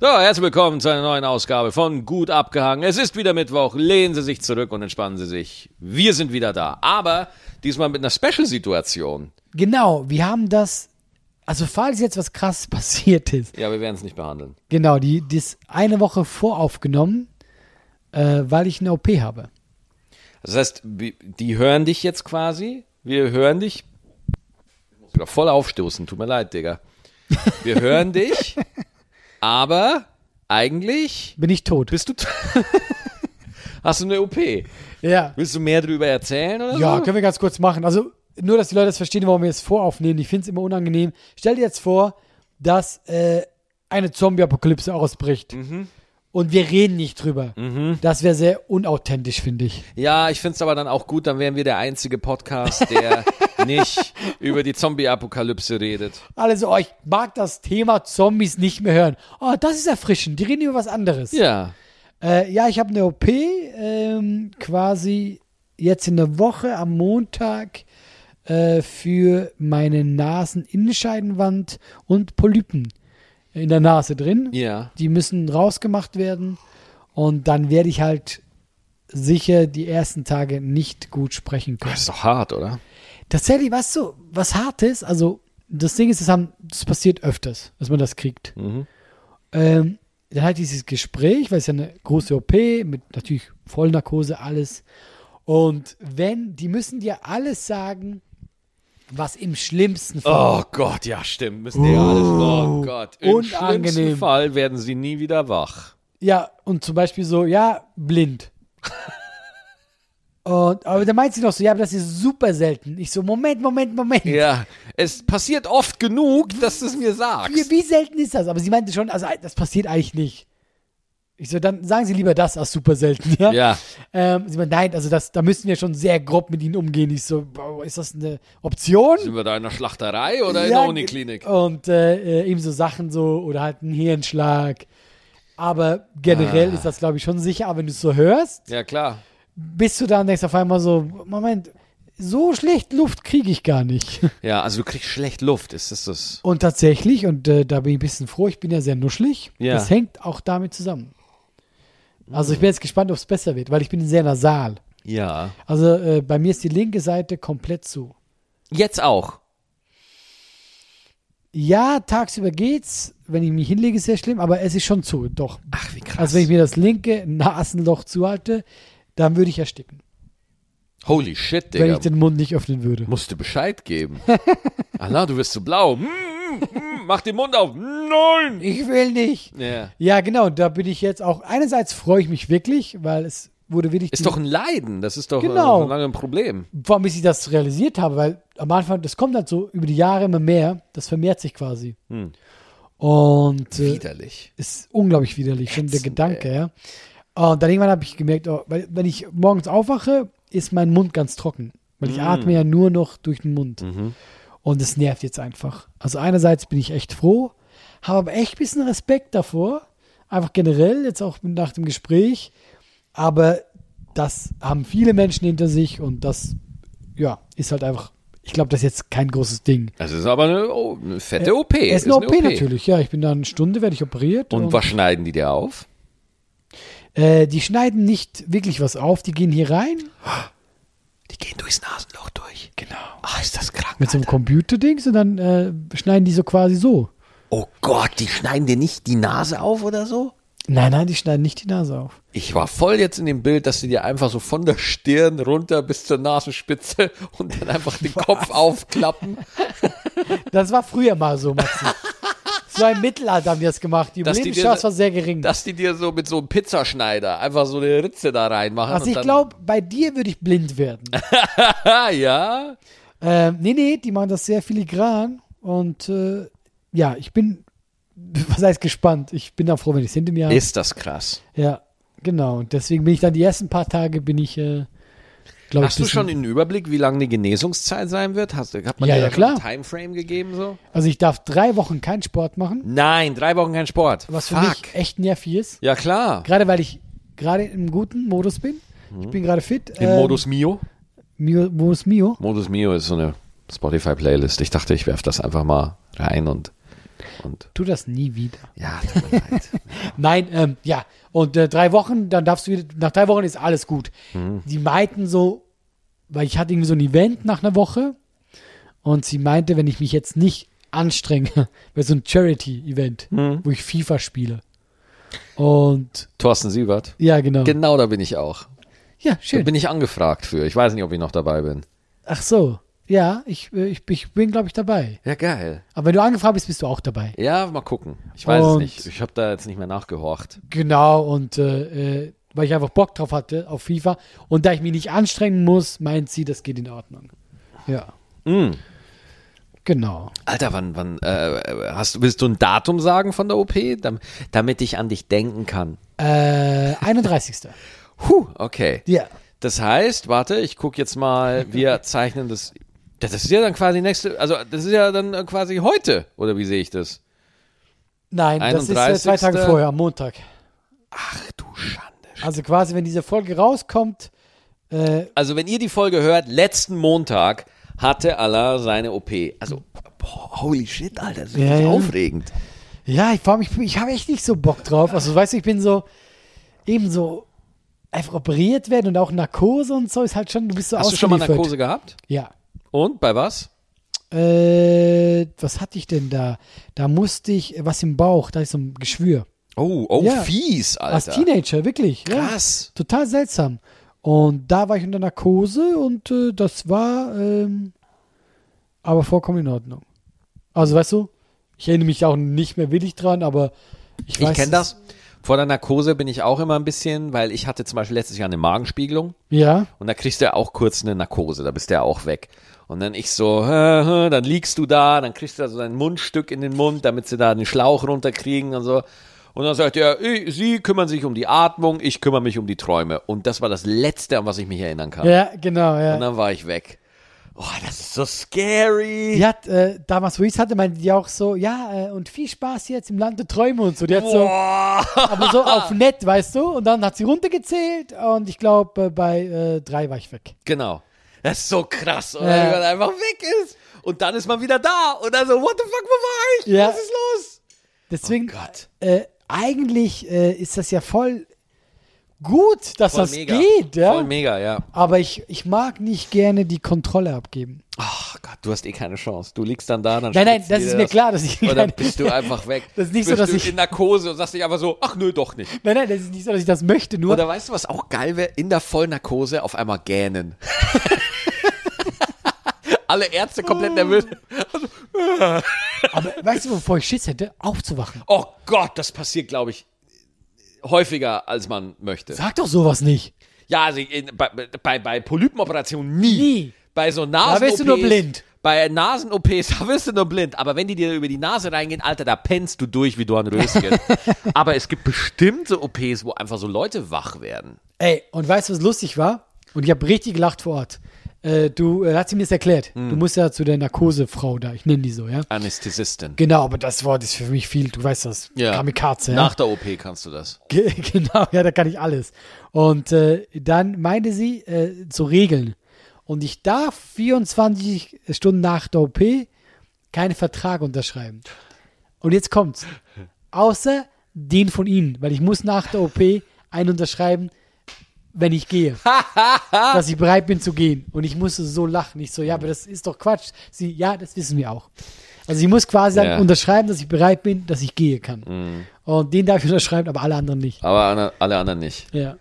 So, herzlich willkommen zu einer neuen Ausgabe von Gut abgehangen. Es ist wieder Mittwoch, lehnen Sie sich zurück und entspannen Sie sich. Wir sind wieder da, aber diesmal mit einer Special-Situation. Genau, wir haben das. Also, falls jetzt was krasses passiert ist, Ja, wir werden es nicht behandeln. genau, die die ist eine Woche voraufgenommen, äh, weil ich eine OP habe. Das heißt, wir- die hören dich jetzt quasi, wir hören dich. Ich muss wieder voll aufstoßen, tut mir leid, Digga. Wir hören dich, aber eigentlich Bin ich tot. bist du... Hast du eine OP? Ja. Willst du mehr drüber erzählen oder Ja, so? können wir ganz kurz machen. Also, nur, dass die Leute das verstehen, warum wir es voraufnehmen. Ich finde es immer unangenehm. Stell dir jetzt vor, dass äh, eine Zombie-Apokalypse ausbricht. Und wir reden nicht drüber. Das wäre sehr unauthentisch, finde ich. Ja, ich find's aber dann auch gut, dann wären wir der einzige Podcast, der nicht über die Zombie-Apokalypse redet. Also, oh, ich mag das Thema Zombies nicht mehr hören. Oh, das ist erfrischend. Die reden über was anderes. Ja. Äh, ja, ich habe eine OP, ähm, quasi jetzt in der Woche am Montag äh, für meine Naseninnenscheidenwand und Polypen in der Nase drin. Ja. Die müssen rausgemacht werden und dann werde ich halt sicher die ersten Tage nicht gut sprechen können. Das ist doch hart, oder? Tatsächlich, weißt du, was Hartes, also das Ding ist, das, haben, das passiert öfters, dass man das kriegt. Ähm, dann halt dieses Gespräch, weil es ja eine große OP mit natürlich Vollnarkose, alles. Und wenn, die müssen dir alles sagen, was im schlimmsten Fall. Oh Gott, ja, stimmt. Müssen die alles. Oh Gott. Im unangenehm. schlimmsten Fall werden sie nie wieder wach. Ja, und zum Beispiel so, ja, blind. und, aber dann meint sie noch so, ja, aber das ist super selten. Ich so, Moment, Moment, Moment. Ja. Es passiert oft genug, dass du es mir Wie, sagst. wie selten ist das? Aber sie meinte schon, also das passiert eigentlich nicht. Ich so, dann sagen Sie lieber das als super selten, ja? Ja. Ähm, sie meinte, nein, also das, da müssen wir schon sehr grob mit Ihnen umgehen. Ich so, wow, ist das eine Option? Sind wir da in der Schlachterei oder in Ja, der Uniklinik? Und äh, äh, eben so Sachen so, oder halt ein Hirnschlag. Aber Ah. generell ist das, glaube ich, schon sicher. Aber wenn du es so hörst, Ja, klar. bist du da und denkst auf einmal so, Moment, so schlecht Luft kriege ich gar nicht. Ja, also du kriegst schlecht Luft, ist das das? Und tatsächlich, und äh, da bin ich ein bisschen froh, ich bin ja sehr nuschelig. Ja. Das hängt auch damit zusammen. Also ich bin jetzt gespannt, ob es besser wird, weil ich bin sehr nasal. Ja. Also äh, bei mir ist die linke Seite komplett zu. Jetzt auch. Ja, tagsüber geht's. Wenn ich mich hinlege, ist sehr schlimm, aber es ist schon zu, doch. Ach, wie krass. Also wenn ich mir das linke Nasenloch zuhalte, dann würde ich ersticken, Holy shit, Digga. wenn ich den Mund nicht öffnen würde. Musst du Bescheid geben. Allah, du wirst so blau. Mm, mm, mm, mach den Mund auf. Nein. Ich will nicht. Ja. Ja, genau, da bin ich jetzt auch. Einerseits freue ich mich wirklich, weil es wurde wirklich die- Ist doch ein Leiden. Das ist doch Genau. äh, so lange ein Problem. vor allem, bis ich das realisiert habe, weil am Anfang, das kommt halt so über die Jahre immer mehr, das vermehrt sich quasi. Und äh, Widerlich. ist unglaublich widerlich, schon der Ätzend, Gedanke, ja. Und dann irgendwann habe ich gemerkt, oh, weil, wenn ich morgens aufwache, ist mein Mund ganz trocken, weil ich atme ja nur noch durch den Mund. Und es nervt jetzt einfach. Also einerseits bin ich echt froh, habe aber echt ein bisschen Respekt davor, einfach generell, jetzt auch nach dem Gespräch, aber das haben viele Menschen hinter sich und das, ja, ist halt einfach, ich glaube, das ist jetzt kein großes Ding. Das ist aber eine, oh, eine fette OP. Es ist eine OP, natürlich, ja. Ich bin da eine Stunde, werde ich operiert. Und was schneiden die dir auf? äh, die schneiden nicht wirklich was auf, die gehen hier rein Die gehen durchs Nasenloch durch. Genau. Ah, ist das krank. mit so einem Computerdings und dann äh, schneiden die so quasi so. Oh Gott, die schneiden dir nicht die Nase auf oder so? Nein, nein, die schneiden nicht die Nase auf. Ich war voll jetzt in dem Bild, dass sie dir einfach so von der Stirn runter bis zur Nasenspitze und dann einfach den Kopf aufklappen. Das war früher mal so, Maxi. so im Mittelalter haben die das gemacht. Die Dass die Überlebenschance dir- war sehr gering. dass die dir so mit so einem Pizzaschneider einfach so eine Ritze da reinmachen. also und ich dann- glaube, bei dir würde ich blind werden. Ah, ja. ähm, nee, nee, die machen das sehr filigran und äh, ja, ich bin, was heißt gespannt? Ich bin da froh, wenn ich es hinter mir habe. Ist das krass. Ja, genau. Und deswegen bin ich dann die ersten paar Tage bin ich, äh, glaube ich, Hast du bisschen- schon einen Überblick, wie lange die Genesungszeit sein wird? Hast, du- hat man Ja, dir ja, da schon klar. einen Timeframe gegeben so? Also ich darf drei Wochen keinen Sport machen, Nein, drei Wochen kein Sport. was für Fuck. mich echt nervig ist. Ja, klar. Gerade weil ich gerade im guten Modus bin. Ich bin gerade fit. Mhm. Im Modus Mio? Mio, Modus Mio. Modus Mio ist so eine Spotify-Playlist. Ich dachte, ich werfe das einfach mal rein und Und Tu das nie wieder. ja, tut mir leid. Nein, ähm, ja. Und äh, drei Wochen, dann darfst du wieder, nach drei Wochen ist alles gut. Mhm. Die meinten so, weil ich hatte irgendwie so ein Event nach einer Woche und sie meinte, wenn ich mich jetzt nicht anstrenge, wäre so ein Charity-Event, Mhm. wo ich FIFA spiele. Und Thorsten Siebert. ja, genau. Genau da bin ich auch. ja, Da schön. bin ich angefragt für. Ich weiß nicht, ob ich noch dabei bin. Ach so. Ja, ich, äh, ich, ich bin, glaube ich, dabei. Ja, geil. Aber wenn du angefragt bist, bist du auch dabei. Ja, mal gucken. Ich weiß es Und- nicht. Ich habe da jetzt nicht mehr nachgehorcht. Genau, und äh, äh, weil ich einfach Bock drauf hatte auf FIFA. Und da ich mich nicht anstrengen muss, meint sie, das geht in Ordnung. Ja. Mm. Genau. Alter, wann, wann äh, hast, du- willst du ein Datum sagen von der OP, Dam- damit ich an dich denken kann? Äh, 31. Huh, okay. Ja. Das heißt, warte, ich gucke jetzt mal, wir zeichnen das. Das ist ja dann quasi nächste, also das ist ja dann quasi heute, oder wie sehe ich das? Nein, das ist äh, zwei 31.. Tage vorher, am Montag. Ach du Schande. Also quasi, wenn diese Folge rauskommt, äh, Also wenn ihr die Folge hört, letzten Montag hatte Allah seine OP. Also, boah, holy shit, Alter, das ist Ja, richtig ja. aufregend. ja, ich freu mich, ich habe echt nicht so Bock drauf. Also, weißt du, ich bin so, eben so einfach operiert werden und auch Narkose und so ist halt schon, du bist so Hast du schon mal ausgeliefert. Narkose gehabt? Ja. Und bei was? Äh, was hatte ich denn da? Da musste ich, äh, was im Bauch, da ist so ein Geschwür. Oh, oh, Ja. fies, Alter. Als Teenager, wirklich. Krass. Ja. Total seltsam. Und da war ich unter Narkose und äh, das war ähm, aber vollkommen in Ordnung. Also weißt du, ich erinnere mich auch nicht mehr wirklich dran, aber ich weiß. Ich kenne es. das. Vor der Narkose bin ich auch immer ein bisschen, weil ich hatte zum Beispiel letztes Jahr eine Magenspiegelung Ja, und da kriegst du ja auch kurz eine Narkose, da bist du ja auch weg. Und dann ich so, hä, hä, dann liegst du da, dann kriegst du da so dein Mundstück in den Mund, damit sie da den Schlauch runterkriegen und so. Und dann sagt er, "Ich- sie kümmern sich um die Atmung, ich kümmere mich um die Träume. Und das war das Letzte, an was ich mich erinnern kann. ja, genau, Und ja. dann war ich weg. Oh, das ist so scary. Die hat, äh, damals, wo ich es hatte, meinte die auch so, ja, äh, und viel Spaß jetzt im Land der Träume und so. Die hat so, Boah. aber so auf nett, weißt du? Und dann hat sie runtergezählt und ich glaube, äh, bei äh, drei war ich weg. Genau. Das ist so krass, oder? Ja. Wie man einfach weg ist. Und dann ist man wieder da. Und dann so, what the fuck, wo war ich? Ja. Was ist los? Deswegen, Oh Gott. Äh, eigentlich äh, ist das ja voll gut, dass Voll das mega. geht, Voll ja. mega, ja. Aber ich, ich mag nicht gerne die Kontrolle abgeben. Ach Gott, du hast eh keine Chance. Du liegst dann da, dann Nein, nein, spritzt das dir ist mir klar, dass ich Oder nein, bist du einfach weg? Das ist nicht so, bist dass du ich- in Narkose und sagst dich einfach so, ach nö, doch nicht. nein, nein, das ist nicht so, dass ich das möchte, nur Oder weißt du, was auch geil wäre? In der Vollnarkose auf einmal gähnen. Alle Ärzte komplett nervös. aber weißt du, wovor ich Schiss hätte? Aufzuwachen. Oh Gott, das passiert, glaube ich, häufiger, als man möchte. Sag doch sowas nicht. Ja, also in, bei, bei, bei Polypenoperationen nie. Nie. Bei so Nasen-OPs. wirst du nur blind. Bei Nasen-OPs, da wirst du nur blind. Aber wenn die dir über die Nase reingehen, Alter, da pennst du durch wie du an Röschen. Aber es gibt bestimmte OPs, wo einfach so Leute wach werden. Ey, und weißt du, was lustig war? Und ich habe richtig gelacht vor Ort. Äh, du äh, hat sie mir das erklärt. Du musst ja zu der Narkosefrau da, ich nenne die so, ja. Anästhesistin. Genau, aber das Wort ist für mich viel, du weißt das, Kamikaze. Ja? Nach der OP kannst du das. Ge- Genau, ja, da kann ich alles. Und äh, dann meinte sie äh, zu regeln. Und ich darf 24 Stunden nach der OP keinen Vertrag unterschreiben. Und jetzt kommt's. Außer den von Ihnen, weil ich muss nach der OP einen unterschreiben, wenn ich gehe. dass ich bereit bin zu gehen. Und ich musste so lachen. Ich so, ja, aber das ist doch Quatsch. Sie, ja, das wissen wir auch. Also ich muss quasi dann Ja. Mhm. unterschreiben, dass ich bereit bin, dass ich gehen kann. Und den darf ich unterschreiben, aber alle anderen nicht. Aber an- alle anderen nicht. Ja,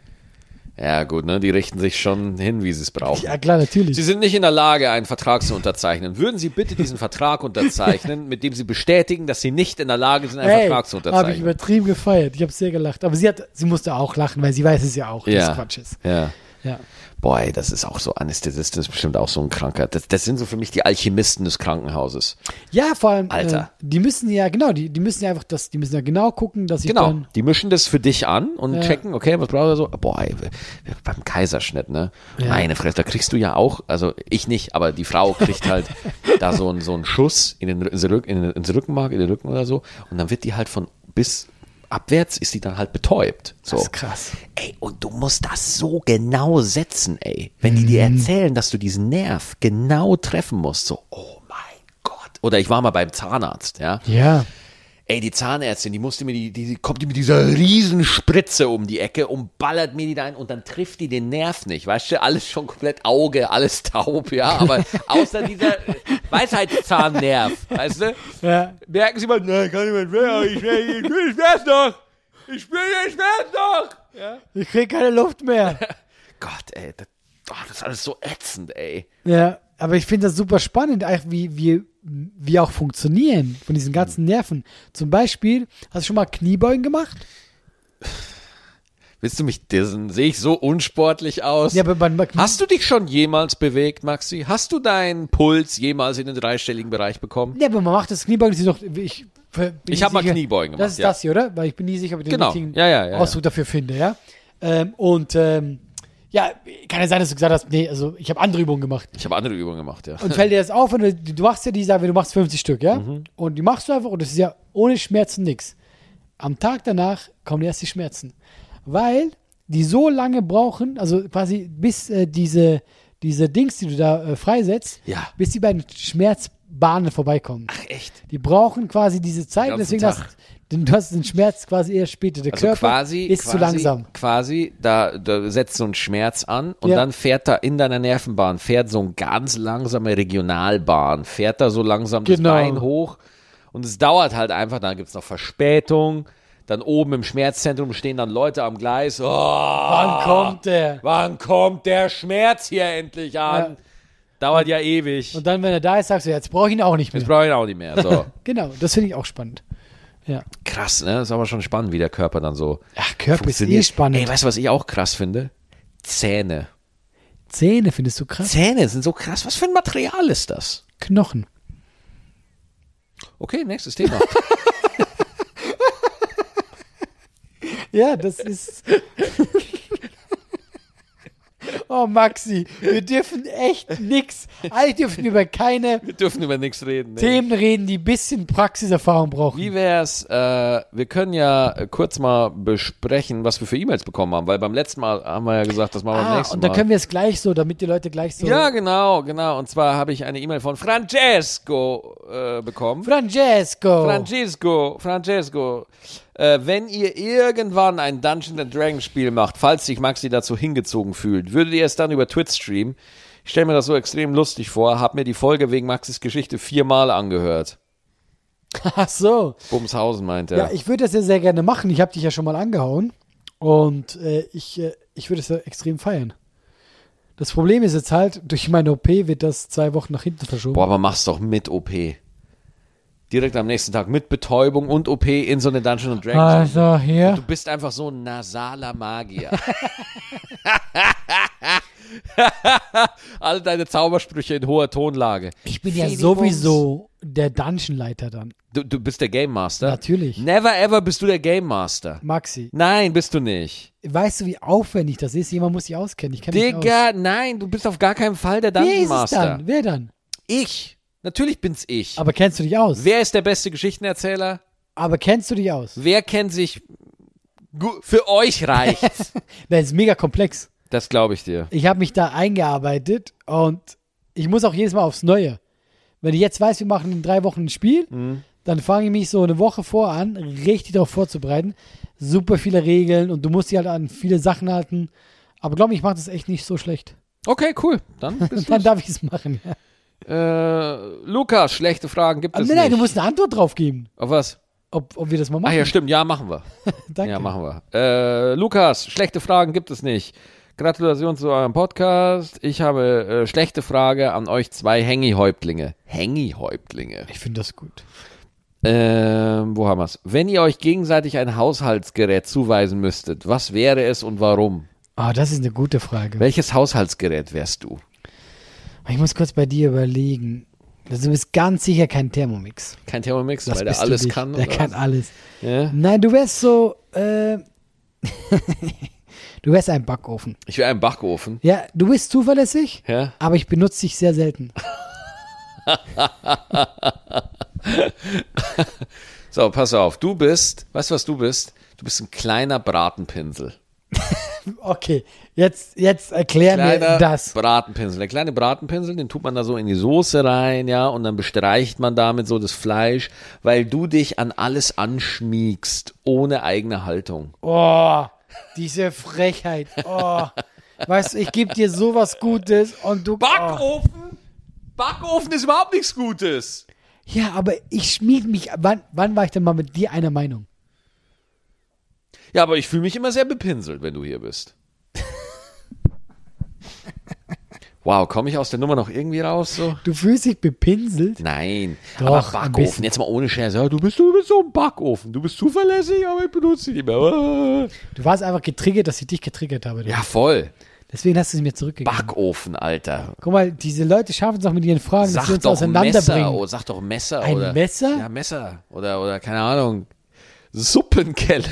Ja, gut, ne? Die richten sich schon hin, wie sie es brauchen. ja klar, natürlich. Sie sind nicht in der Lage, einen Vertrag zu unterzeichnen. Würden Sie bitte diesen Vertrag unterzeichnen, mit dem Sie bestätigen, dass Sie nicht in der Lage sind, einen Vertrag zu habe ich unterzeichnen? übertrieben gefeiert. Ich habe sehr gelacht. Aber sie hat, sie musste auch lachen, weil sie weiß es ja auch, dass es Quatsch ist. ja. Ja. Boah, ey, das ist auch so, Anästhesist ist bestimmt auch so ein Kranker. Das, das sind so für mich die Alchemisten des Krankenhauses. ja, vor allem, Alter. Äh, die müssen ja, genau, die, die müssen ja einfach das, die müssen ja genau gucken, dass ich Genau, dann. die mischen das für dich an und Ja. checken, okay, was braucht er so? Boah, ey, beim Kaiserschnitt, ne? Meine Fresse, da kriegst du ja auch, also ich nicht, aber die Frau kriegt halt da so einen, so einen Schuss in den, Rü- ins Rück- in den, ins Rückenmark, in den Rücken oder so und dann wird die halt von bis abwärts ist die dann halt betäubt. So. Das ist krass. Ey, und du musst das so genau setzen, ey. Wenn die dir Mhm. erzählen, dass du diesen Nerv genau treffen musst, so, oh mein Gott. Oder ich war mal beim Zahnarzt, ja. Ja. Ey, die Zahnärztin, die musste mir die, die die kommt mit dieser riesen Spritze um die Ecke und ballert mir die da ein und dann trifft die den Nerv nicht. Weißt du, alles schon komplett Auge, alles taub, ja, aber außer dieser Weisheitszahnnerv, weißt du? Ja. Merken Sie mal, nein, kann ich nicht mehr, ich, ich, ich, ich schmerz doch. Ich spüre den Schmerz doch. Ja. Ich krieg keine Luft mehr. Gott, ey, das, oh, das ist alles so ätzend, ey. Ja, aber ich finde das super spannend, eigentlich, wie wir wie auch funktionieren von diesen ganzen Nerven. Zum Beispiel, hast du schon mal Kniebeugen gemacht? Willst du mich dissen? Sehe ich so unsportlich aus? Ja, aber beim beim Knie Hast du dich schon jemals bewegt, Maxi? Hast du deinen Puls jemals in den dreistelligen Bereich bekommen? ja, aber man macht das Kniebeugen, das ist doch. Ich, bin Ich nicht hab mal sicher- Kniebeugen gemacht, Das ist ja. das hier, oder? Weil ich bin nie sicher, ob ich den Genau. richtigen Ja, ja, ja, ja. Ausdruck dafür finde, ja. Ähm, und ähm, ja, kann ja sein, dass du gesagt hast, nee, also ich habe andere Übungen gemacht. Ich habe andere Übungen gemacht, ja. Und fällt dir das auf, wenn du, du machst ja die Sache, wenn du machst 50 Stück, ja? Mhm. Und die machst du einfach und das ist ja ohne Schmerzen nix. Am Tag danach kommen erst die Schmerzen. Weil die so lange brauchen, also quasi bis äh, diese, diese Dings, die du da äh, freisetzt, Ja. bis die beiden Schmerzbahnen vorbeikommen. Ach, echt? Die brauchen quasi diese Zeit, Den ganzen deswegen Tag. hast denn du hast den Schmerz quasi eher später. Der Also Körper quasi, ist quasi, zu langsam. Quasi, da, da setzt so ein Schmerz an und Ja. dann fährt da in deiner Nervenbahn, fährt so eine ganz langsame Regionalbahn, fährt da so langsam Genau. das Bein hoch und es dauert halt einfach, dann gibt es noch Verspätung, dann oben im Schmerzzentrum stehen dann Leute am Gleis. Oh, Wann kommt der? Wann kommt der Schmerz hier endlich an? Ja. Dauert ja ewig. Und dann, wenn er da ist, sagst du, jetzt brauche ich ihn auch nicht mehr. Jetzt brauche ich ihn auch nicht mehr. So. Genau, das finde ich auch spannend. Ja. krass, ne? Ist aber schon spannend, wie der Körper dann so Ach, Körper ist eh funktioniert. spannend. Ey, weißt du, was ich auch krass finde? Zähne. Zähne findest du krass? Zähne sind so krass. Was für ein Material ist das? Knochen. Okay, nächstes Thema. Ja, das ist. oh, Maxi, wir dürfen echt nix. Eigentlich dürfen wir über keine Wir dürfen über nichts reden. ne? Themen reden, die ein bisschen Praxiserfahrung brauchen. Wie wär's, äh, wir können ja äh, kurz mal besprechen, was wir für E-Mails bekommen haben, weil beim letzten Mal haben wir ja gesagt, das machen wir beim ah, nächsten und da Mal. können wir es gleich so, damit die Leute gleich so. ja, genau, genau. Und zwar habe ich eine E-Mail von Francesco äh, bekommen. Francesco. Francesco, Francesco, äh, wenn ihr irgendwann ein Dungeon and Dragons Spiel macht, falls sich Maxi dazu hingezogen fühlt, würdet ihr es dann über Twitch streamen? Ich stelle mir das so extrem lustig vor, hab mir die Folge wegen Maxis Geschichte viermal angehört. Ach so. Bumshausen meint er. Ja, ich würde das ja sehr gerne machen. Ich habe dich ja schon mal angehauen. Und äh, ich, äh, ich würde es ja extrem feiern. Das Problem ist jetzt halt, durch meine OP wird das zwei Wochen nach hinten verschoben. Boah, aber mach's doch mit OP. Direkt am nächsten Tag mit Betäubung und OP in so eine Dungeon and Dragons. Also Du hier. bist einfach so ein nasaler Magier. Alle deine Zaubersprüche in hoher Tonlage. Ich bin ja Fidibums. sowieso der Dungeonleiter dann. Du, du bist der Game Master? Natürlich. Never ever bist du der Game Master. Maxi, Nein, bist du nicht. weißt du, wie aufwendig das ist? Jemand muss sich auskennen. Ich kenne mich nicht aus. Digga, nein, du bist auf gar keinen Fall der Wer Dungeon ist es Master. dann? Wer dann? Ich. Natürlich bin's ich. Aber kennst du dich aus? Wer ist der beste Geschichtenerzähler? Aber kennst du dich aus? Wer kennt sich? Gu- Für euch reicht's. Das ist mega komplex. das glaube ich dir. Ich habe mich da eingearbeitet und ich muss auch jedes Mal aufs Neue. Wenn ich jetzt weiß, wir machen in drei Wochen ein Spiel, Mhm. dann fange ich mich so eine Woche vor an, richtig darauf vorzubereiten. Super viele Regeln und du musst dich halt an viele Sachen halten. Aber glaub mir, ich mache das echt nicht so schlecht. Okay, cool. Dann bist Dann darf ich es machen. Ja. du. Äh, Lukas, schlechte Fragen gibt Aber es Äh, nein, nicht. nein, du musst eine Antwort drauf geben, Auf was? ob, ob wir das mal Ach machen. ja, stimmt. Ja, machen wir. Danke. Ja, machen wir. Äh, Lukas, schlechte Fragen gibt es nicht. Gratulation zu eurem Podcast. Ich habe äh, schlechte Frage an euch zwei Hängi-Häuptlinge. Hängi-Häuptlinge. Ich finde das gut. Ähm, wo haben wir's? Wenn ihr euch gegenseitig ein Haushaltsgerät zuweisen müsstet, was wäre es und warum? Ah, das ist eine gute Frage. Welches Haushaltsgerät wärst du? Ich muss kurz bei dir überlegen. Also, du bist ganz sicher kein Thermomix. Kein Thermomix, Das weil der bist du alles nicht. kann. Der oder kann was? alles. Ja? Nein, du wärst so. Äh, du wärst ein Backofen. Ich wäre ein Backofen. Ja, du bist zuverlässig, Ja? aber ich benutze dich sehr selten. So, pass auf. Du bist, weißt du, was du bist? Du bist ein kleiner Bratenpinsel. Okay, jetzt, jetzt erklär mir kleiner das. Bratenpinsel. Der kleine Bratenpinsel, den tut man da so in die Soße rein, ja, und dann bestreicht man damit so das Fleisch, weil du dich an alles anschmiegst, ohne eigene Haltung. Oh, diese Frechheit. Oh. Weißt du, ich gebe dir sowas Gutes und du. Oh. Backofen? Backofen ist überhaupt nichts Gutes. Ja, aber ich schmied mich. Wann, wann war ich denn mal mit dir einer Meinung? Ja, aber ich fühle mich immer sehr bepinselt, wenn du hier bist. wow, komme ich aus der Nummer noch irgendwie raus so? Du fühlst dich bepinselt? Nein, Doch, aber ein Backofen, bisschen. jetzt mal ohne Scherz. Ja, du, bist, du bist so ein Backofen. Du bist zuverlässig, aber ich benutze ihn nicht mehr. Ah. Du warst einfach getriggert, dass ich dich getriggert habe. du. Ja, voll. Deswegen hast du es mir zurückgegeben. Backofen, Alter. Guck mal, diese Leute schaffen es auch mit ihren Fragen, dass Sag sie uns doch Messer. auseinanderbringen. Oh, sag doch Messer. Ein oder, Messer? Ja, Messer. Oder, oder keine Ahnung. Suppenkelle.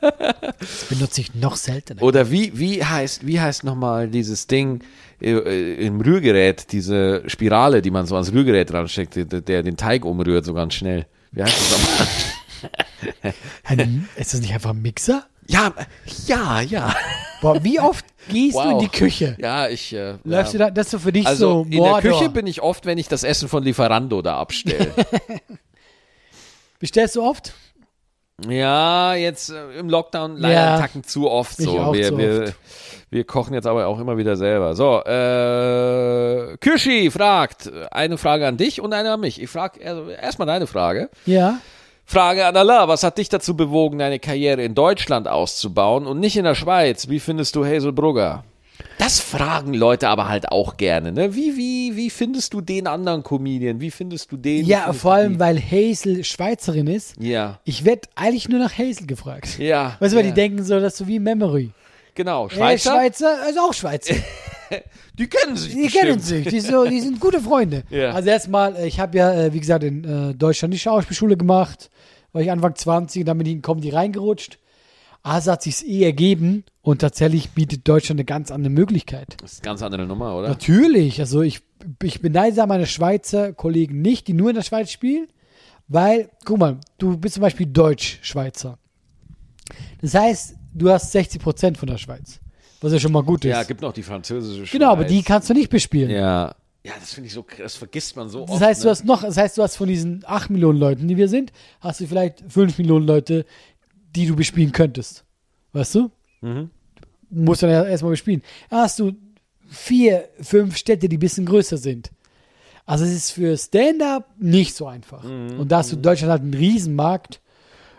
Das benutze ich noch seltener. Oder wie, wie heißt, wie heißt nochmal dieses Ding äh, äh, im Rührgerät, diese Spirale, die man so ans Rührgerät ransteckt, der, der den Teig umrührt so ganz schnell. Wie heißt das nochmal? Ein, hm? ist das nicht einfach ein Mixer? Ja, ja, ja. Boah, wie oft gehst du in die Wow. Küche? Ja, ich. Äh, Läufst ja. du da, das ist so für dich also so in der Mordor. Küche bin ich oft, wenn ich das Essen von Lieferando da abstelle. Bestellst du oft? ja, jetzt äh, im Lockdown leider Ja. einen Tacken zu oft Ich so. auch wir, zu wir, oft. wir kochen jetzt aber auch immer wieder selber. So, äh, Kürschi fragt, eine Frage an dich und eine an mich. Ich frage also, erstmal deine Frage. Ja. Frage an Allah, was hat dich dazu bewogen, deine Karriere in Deutschland auszubauen und nicht in der Schweiz? Wie findest du Hazel Brugger? Das fragen Leute aber halt auch gerne, ne? Wie, wie, wie findest du den anderen Comedian? Wie findest du den? Wie Ja, findest vor du allem, weil Hazel Schweizerin ist. die? Ja. Ich werde eigentlich nur nach Hazel gefragt. Ja. Weißt du, weil ja. die denken so, dass du wie Memory. Genau, Schweizer? Hey, Schweizer, Schweizer ist auch Schweizer. die kennen sich Die kennen bestimmt. sich, die, so, die sind gute Freunde. Ja. Also erstmal, äh, ich habe ja, äh, wie gesagt, in äh, Deutschland die Schauspielschule gemacht, war ich Anfang 20 und dann bin ich in Comedy reingerutscht. Also hat sich's eh ergeben und tatsächlich bietet Deutschland eine ganz andere Möglichkeit. Das ist eine ganz andere Nummer, oder? Natürlich, also ich, ich beneide meine Schweizer Kollegen nicht, die nur in der Schweiz spielen, weil, guck mal, du bist zum Beispiel Deutsch-Schweizer. Das heißt, du hast 60% von der Schweiz, was ja schon mal gut ist. Ja, gibt noch die französische Schweiz. genau, aber die kannst du nicht bespielen. Ja. Ja, das finde ich so, das vergisst man so Das oft. heißt, du ne? hast noch, das heißt, du hast von diesen 8 Millionen Leuten, die wir sind, hast du vielleicht 5 Millionen Leute, die du bespielen könntest. Weißt du? Mhm. Musst du dann ja erstmal bespielen. Dann hast du vier, fünf Städte, die ein bisschen größer sind. Also es ist für Stand-up nicht so einfach. Mhm. Und da hast du Deutschland halt einen Riesenmarkt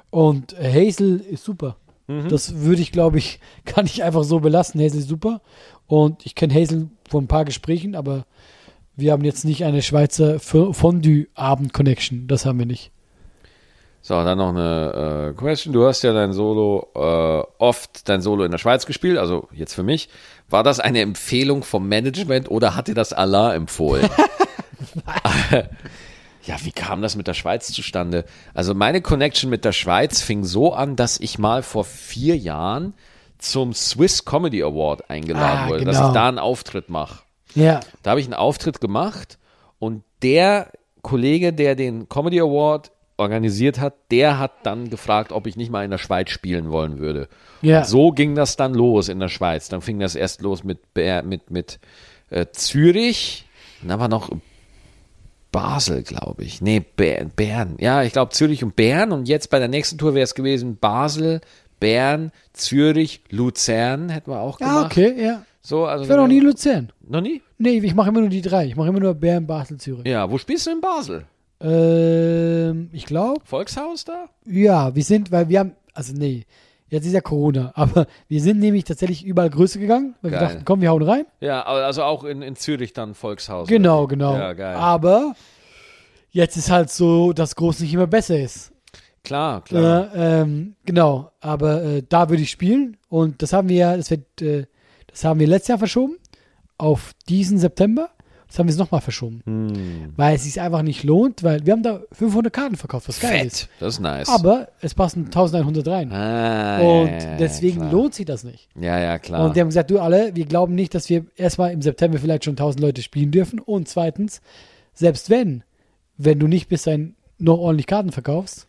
und Hazel ist super. Mhm. Das würde ich, glaube ich, kann ich einfach so belassen. Hazel ist super. Und ich kenne Hazel von ein paar Gesprächen, aber wir haben jetzt nicht eine Schweizer F- Fondue-Abend-Connection. Das haben wir nicht. So, dann noch eine äh, Question. Du hast ja dein Solo äh, oft dein Solo in der Schweiz gespielt, also jetzt für mich. War das eine Empfehlung vom Management oder hat dir das Allah empfohlen? ja, wie kam das mit der Schweiz zustande? Also meine Connection mit der Schweiz fing so an, dass ich mal vor vier Jahren zum Swiss Comedy Award eingeladen Ah, wurde, dass genau. ich da einen Auftritt mache. Ja. Da habe ich einen Auftritt gemacht und der Kollege, der den Comedy Award organisiert hat, der hat dann gefragt, ob ich nicht mal in der Schweiz spielen wollen würde. Ja. Und so ging das dann los in der Schweiz. Dann fing das erst los mit, Bär- mit, mit äh, Zürich, und dann war noch Basel, glaube ich. Nee, Bern, Bern. Ja, ich glaube Zürich und Bern. Und jetzt bei der nächsten Tour wäre es gewesen Basel, Bern, Zürich, Luzern hätten wir auch Ja, gemacht. okay, ja. So, also Ich war noch nie in Luzern. Noch nie? Nee, ich mache immer nur die drei. Ich mache immer nur Bern, Basel, Zürich. Ja, wo spielst du in Basel? Ähm, ich glaube, Volkshaus da? ja, wir sind, weil wir haben, also nee, jetzt ist ja Corona, aber wir sind nämlich tatsächlich überall größer gegangen, weil Geil. wir dachten, komm, wir hauen rein. Ja, au- also auch in, in Zürich dann Volkshaus. Genau, oder wie? genau. Ja, geil. Aber jetzt ist halt so, dass groß nicht immer besser ist. Klar, klar. Äh, ähm, genau, aber äh, da würde ich spielen und das haben wir ja, das, wird, äh, das haben wir letztes Jahr verschoben auf diesen September. Das haben wir es nochmal verschoben, Hm. weil es sich einfach nicht lohnt, weil wir haben da 500 Karten verkauft, was äh, geil ist. Fett. Das ist nice. Aber es passen 1100 rein. Ah, ja, ja, Und deswegen klar. lohnt sich das nicht. Ja, ja, klar. Und die haben gesagt, du alle, wir glauben nicht, dass wir erstmal im September vielleicht schon 1000 Leute spielen dürfen. Und zweitens, selbst wenn, wenn du nicht bis dahin noch ordentlich Karten verkaufst.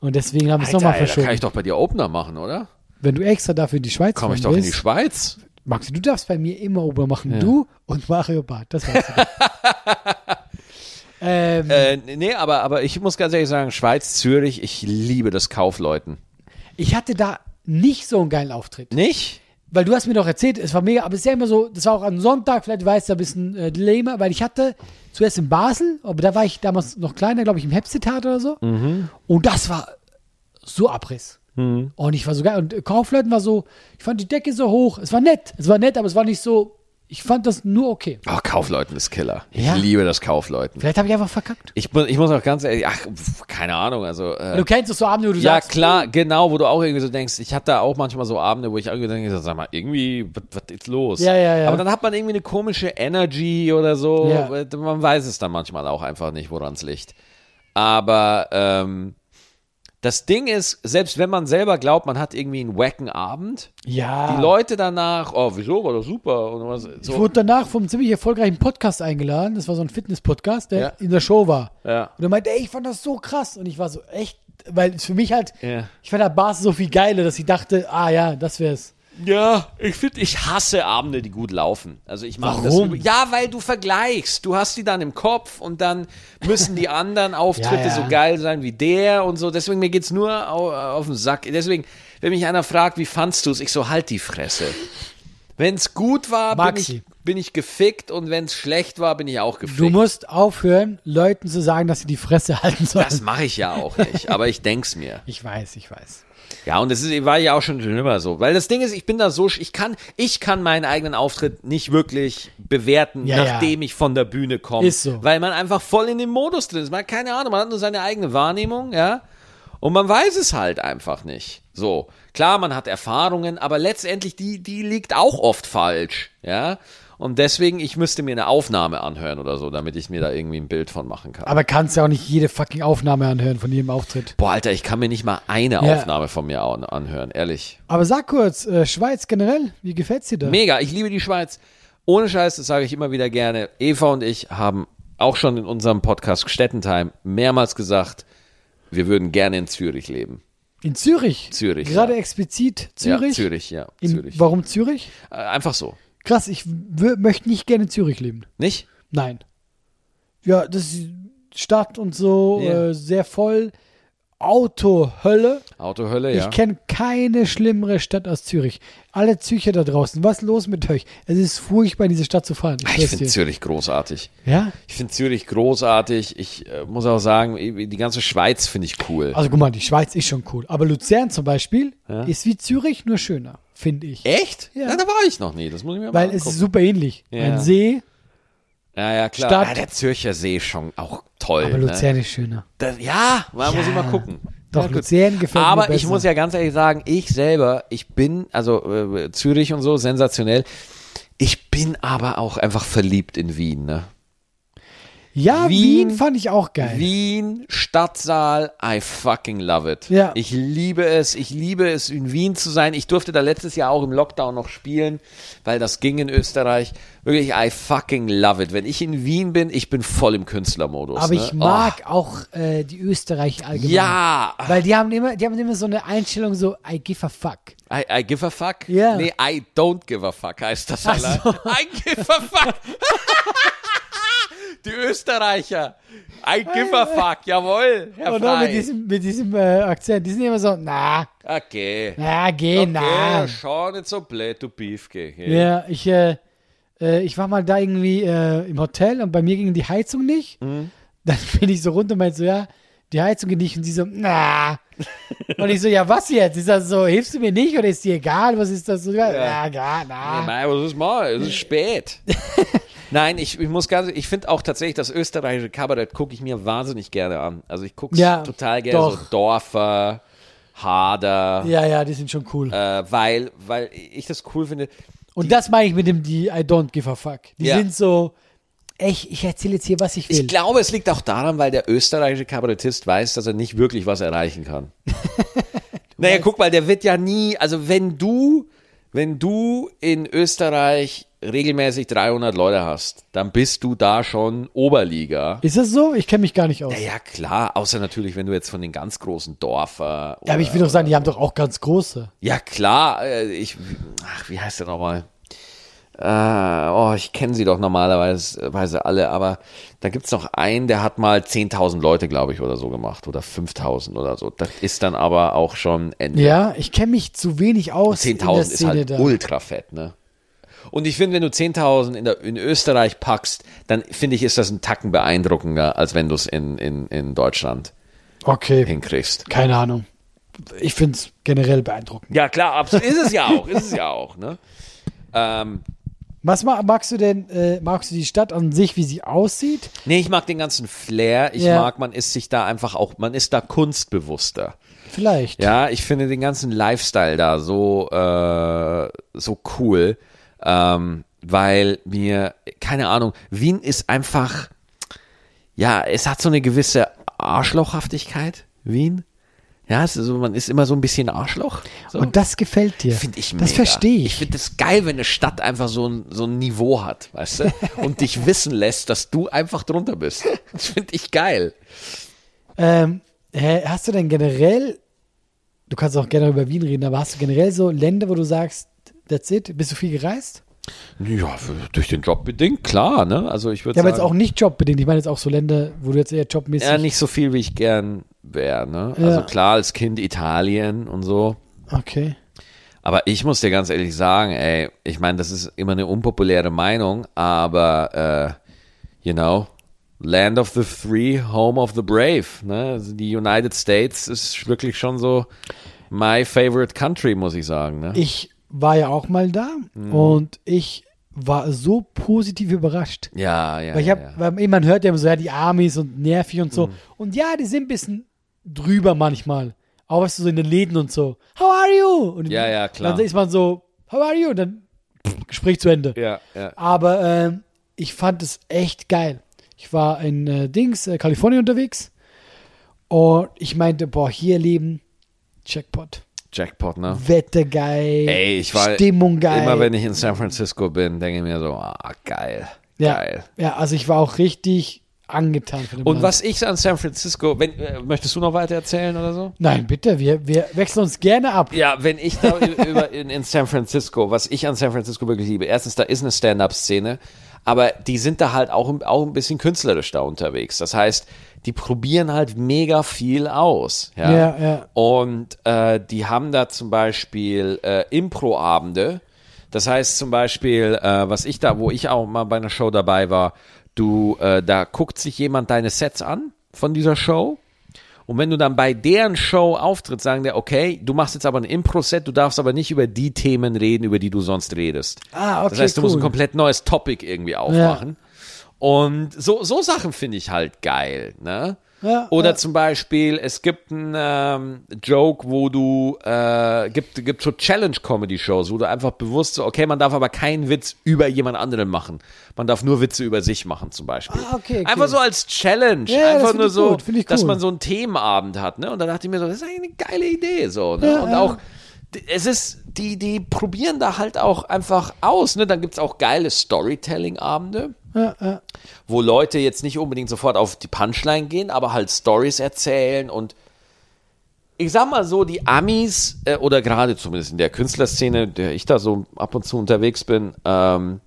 Und deswegen haben wir es Alter, nochmal ey, da kann verschoben. ich doch bei dir Opener machen, oder? Wenn du extra dafür in die Schweiz Komme ich fahren doch in die willst, Schweiz? Maxi, du darfst bei mir immer Ober machen. Du und Mario Barth, das weißt du. doch. ähm, Äh, nee, aber, aber ich muss ganz ehrlich sagen, Schweiz, Zürich, ich liebe das Kaufleuten. ich hatte da nicht so einen geilen Auftritt. Nicht? Weil du hast mir doch erzählt, es war mega, aber es ist ja immer so, das war auch am Sonntag, vielleicht war es da ein bisschen äh, Dilemma, weil ich hatte zuerst in Basel, aber da war ich damals noch kleiner, glaube ich, im Hepsitat oder so. Mhm. Und das war so Abriss. Und ich war so geil. Und äh, Kaufleuten war so, ich fand die Decke so hoch. Es war nett. Es war nett, aber es war nicht so, ich fand das nur okay. Oh, Kaufleuten ist Killer. Ich Ja. liebe das Kaufleuten. Vielleicht habe ich einfach verkackt. Ich, mu- ich muss auch ganz ehrlich, ach, pf, keine Ahnung, also. Äh, Du kennst es so Abende, wo du ja, sagst, hm. klar, genau, wo du auch irgendwie so denkst, ich hatte da auch manchmal so Abende, wo ich irgendwie denke, sag mal, irgendwie, was, was ist los? Ja, ja, ja. Aber dann hat man irgendwie eine komische Energy oder so. Ja. Äh, Man weiß es dann manchmal auch einfach nicht, woran es liegt. Aber ähm, das Ding ist, selbst wenn man selber glaubt, man hat irgendwie einen wacken Abend, ja. die Leute danach, oh, wieso, war doch super. Und was, Ich so. wurde danach vom ziemlich erfolgreichen Podcast eingeladen. Das war so ein Fitness-Podcast, der Ja. in der Show war. Ja. Und er meinte, ey, ich fand das so krass. Und ich war so, echt, weil es für mich halt, Ja. ich fand da Bars so viel geiler, dass ich dachte, ah ja, das wär's. Ja, ich finde, ich hasse Abende, die gut laufen. Also ich mache das. Warum? über- Ja, weil du vergleichst. Du hast die dann im Kopf und dann müssen die anderen Auftritte Ja, ja. so geil sein wie der und so. Deswegen, mir geht's nur au, auf den Sack. Deswegen, wenn mich einer fragt, wie fandst du's, ich so, halt die Fresse. Wenn's gut war, bin Maxi. ich, bin ich gefickt und wenn's schlecht war, bin ich auch gefickt. Du musst aufhören, Leuten zu sagen, dass sie die Fresse halten sollen. das mache ich ja auch nicht, aber ich denk's mir. ich weiß, ich weiß. Ja, und das ist, war ja auch schon immer so. Weil das Ding ist, ich bin da so, sch- ich kann, ich kann meinen eigenen Auftritt nicht wirklich bewerten, Ja, ja. nachdem ich von der Bühne komme. Ist so. Weil man einfach voll in dem Modus drin ist. Man hat keine Ahnung, man hat nur seine eigene Wahrnehmung, ja. Und man weiß es halt einfach nicht. So. Klar, man hat Erfahrungen, aber letztendlich, die, die liegt auch oft falsch, ja. Und deswegen, ich müsste mir eine Aufnahme anhören oder so, damit ich mir da irgendwie ein Bild von machen kann. Aber kannst ja auch nicht jede fucking Aufnahme anhören von jedem Auftritt. Boah, Alter, ich kann mir nicht mal eine Ja. Aufnahme von mir an- anhören, ehrlich. Aber sag kurz, äh, Schweiz generell, wie gefällt's dir da? Mega, ich liebe die Schweiz. Ohne Scheiß, das sage ich immer wieder gerne. Eva und ich haben auch schon in unserem Podcast Städtentime mehrmals gesagt, wir würden gerne in Zürich leben. In Zürich. Zürich, Gerade ja. explizit Zürich. Ja, Zürich, ja. In, Zürich. Warum Zürich? Äh, Einfach so. Krass, ich wür- möchte nicht gerne in Zürich leben. Nicht? Nein. Ja, das ist Stadt und so, Ja. äh, sehr voll. Autohölle. Autohölle, ja. Ich kenne keine schlimmere Stadt als Zürich. Alle Zürcher da draußen, was ist los mit euch? Es ist furchtbar, in diese Stadt zu fahren. Ah, ich schwör's finde dir. Zürich großartig. Ja? Ich finde Zürich großartig. Ich äh, muss auch sagen, die ganze Schweiz finde ich cool. Also guck mal, die Schweiz ist schon cool. Aber Luzern zum Beispiel ist wie Zürich, nur schöner, finde ich. Echt? Ja. Ja. da war ich noch nie. Das muss ich mir mal Weil es ist angucken. super ähnlich. Ja. Ein See, Ja, ja, klar. Stadt- ja, der Zürcher See ist schon auch toll. aber ne? Luzern ist schöner. Das, ja, man muss Ja. immer gucken. Doch, ja, gut. Luzern gefällt mir Aber ich besser. muss ja ganz ehrlich sagen, ich selber, ich bin, also äh, Zürich und so, sensationell. Ich bin aber auch einfach verliebt in Wien. Ne? Ja, Wien, Wien- fand ich auch geil. Wien, Stadtsaal, I fucking love it. Ja. Ich liebe es, ich liebe es, in Wien zu sein. Ich durfte da letztes Jahr auch im Lockdown noch spielen, weil das ging in Österreich. Wirklich, I fucking love it. Wenn ich in Wien bin, ich bin voll im Künstlermodus. Aber ne? ich mag auch äh, die Österreicher Oh, allgemein. ja, Weil die haben immer, die haben immer so eine Einstellung so, I give a fuck. I, I give a fuck? Ja. Nee, I don't give a fuck heißt das Ach allein. so. I give a fuck. Die Österreicher. I give a fuck. Jawohl, Herr Und dann mit Frey. diesem, mit diesem äh, Akzent. Die sind immer so, na, Okay. na, geh, na. Okay, schau nicht so blöd, du Beefke. Yeah. Ja, ich, äh, äh, ich war mal da irgendwie äh, im Hotel und bei mir ging die Heizung nicht. Mhm. Dann bin ich so runter und meinte so, ja, die Heizung geht nicht. Und sie so, na. und ich so, ja, was jetzt? Ist das so, hilfst du mir nicht oder ist dir egal? Was ist das so? Ja, na, ja, na. Nein, was ist mal? Es ist spät. Nein, ich, ich muss ganz, ich finde auch tatsächlich das österreichische Kabarett gucke ich mir wahnsinnig gerne an. Also ich gucke es Ja, total gerne. So doch. Dorfer, Hader, ja, ja, die sind schon cool. äh, weil, weil ich das cool finde. und das meine ich mit dem, die I don't give a fuck. Die Ja. sind so, echt, ich erzähle jetzt hier, was ich will. Ich glaube, es liegt auch daran, weil der österreichische Kabarettist weiß, dass er nicht wirklich was erreichen kann. naja, guck mal, der wird ja nie, also wenn du, wenn du in Österreich regelmäßig 300 Leute hast, dann bist du da schon Oberliga. Ist das so? Ich kenne mich gar nicht aus. Naja, klar, außer natürlich, wenn du jetzt von den ganz großen Dorfer. Ja, aber ich will doch sagen, die haben doch auch ganz große. Ja, klar, äh, ich. Ach, wie heißt der nochmal? Äh, oh, ich kenne sie doch normalerweise weise alle, aber da gibt's noch einen, der hat mal 10.000 Leute, glaube ich, oder so gemacht oder 5.000 oder so. Das ist dann aber auch schon Ende. Ja, ich kenne mich zu wenig aus. in der 10.000 ist Szene halt da. ultra fett, ne? Und ich finde, wenn du 10.000 in, der- in Österreich packst, dann finde ich, ist das ein Tacken beeindruckender, als wenn du es in, in, in Deutschland Okay, hinkriegst. keine Ahnung. Ich finde es generell beeindruckend. Ja, klar, absolut. Ist es ja auch, ist es ja auch, ne? Ähm, Was ma- magst du denn, äh, magst du die Stadt an sich, wie sie aussieht? nee, ich mag den ganzen Flair. Ich Ja. mag, man ist sich da einfach auch, man ist da kunstbewusster. Vielleicht. Ja, ich finde den ganzen Lifestyle da so, äh, so cool, ähm, weil mir, keine Ahnung, Wien ist einfach, ja, es hat so eine gewisse Arschlochhaftigkeit, Wien. Ja, es ist so, man ist immer so ein bisschen Arschloch. So. Und das gefällt dir. Finde ich mega. Das verstehe Ich ich. finde es geil, wenn eine Stadt einfach so ein, so ein Niveau hat, weißt du? Und dich wissen lässt, dass du einfach drunter bist. Das finde ich geil. Ähm, hä, hast du denn generell, du kannst auch gerne über Wien reden, aber hast du generell so Länder, wo du sagst, that's it? Bist du viel gereist? Ja, für, durch den Job bedingt, klar, ne? Also ich würde Ja, aber sagen. jetzt auch nicht jobbedingt. Ich meine jetzt auch so Länder, wo du jetzt eher jobmäßig. ja, nicht so viel, wie ich gern wäre, ne? Ja. Also klar, als Kind Italien und so. Okay. Aber ich muss dir ganz ehrlich sagen, ey, ich meine, das ist immer eine unpopuläre Meinung, aber, äh, you know, Land of the Free, Home of the Brave, ne? Also die United States ist wirklich schon so my favorite country, muss ich sagen, ne? Ich war ja auch mal da Mhm. und ich war so positiv überrascht. ja, ja, Weil ich ja, hab, ja. Mhm. weil man hört ja immer so, ja, die Amis und nervig und so. Und ja, die sind ein bisschen drüber manchmal. Auch weißt du, so in den Läden und so. How are you? Und Ja, ja, klar. Dann ist man so, how are you? Und dann pff, Gespräch zu Ende. Ja, ja. Aber ähm, ich fand es echt geil. Ich war in äh, Dings, äh, Kalifornien unterwegs. Und ich meinte, boah, hier leben, Jackpot. Jackpot, ne? Wetter geil. Ey, ich war Stimmung geil. immer, wenn ich in San Francisco bin, denke ich mir so, ah, geil, ja, geil. ja, also ich war auch richtig angetan von dem Und Land. was ich an San Francisco, wenn, äh, möchtest du noch weiter erzählen oder so? Nein, bitte, wir, wir wechseln uns gerne ab. Ja, wenn ich da über in, in San Francisco, was ich an San Francisco wirklich liebe, erstens, da ist eine Stand-up-Szene, aber die sind da halt auch, auch ein bisschen künstlerisch da unterwegs. Das heißt, die probieren halt mega viel aus. Ja, Ja, ja. Und äh, die haben da zum Beispiel äh, Impro-Abende. Das heißt zum Beispiel, äh, was ich da, wo ich auch mal bei einer Show dabei war, du, äh, da guckt sich jemand deine Sets an von dieser Show. Und wenn du dann bei deren Show auftrittst, sagen der, okay, du machst jetzt aber ein Impro-Set, du darfst aber nicht über die Themen reden, über die du sonst redest. Ah, okay, Das heißt, du musst ein cool. komplett neues Topic irgendwie aufmachen. Und so, so Sachen finde ich halt geil, ne? Ja, Oder ja. zum Beispiel, es gibt einen ähm, Joke, wo du, äh, gibt, gibt so Challenge-Comedy-Shows, wo du einfach bewusst so, okay, man darf aber keinen Witz über jemand anderen machen. Man darf nur Witze über sich machen, zum Beispiel. Ah, okay, okay. Einfach so als Challenge. Ja, das einfach find nur ich so, gut, find ich dass cool. man so einen Themenabend hat, ne? Und da dachte ich mir so, das ist eigentlich eine geile Idee, so, ne? Ja, Und ja. auch, d- es ist, die, die probieren da halt auch einfach aus, ne? Dann gibt's auch geile Storytelling-Abende Ja, ja. wo Leute jetzt nicht unbedingt sofort auf die Punchline gehen, aber halt Stories erzählen und ich sag mal so, die Amis äh, oder gerade zumindest in der Künstlerszene, der ich da so ab und zu unterwegs bin, ähm,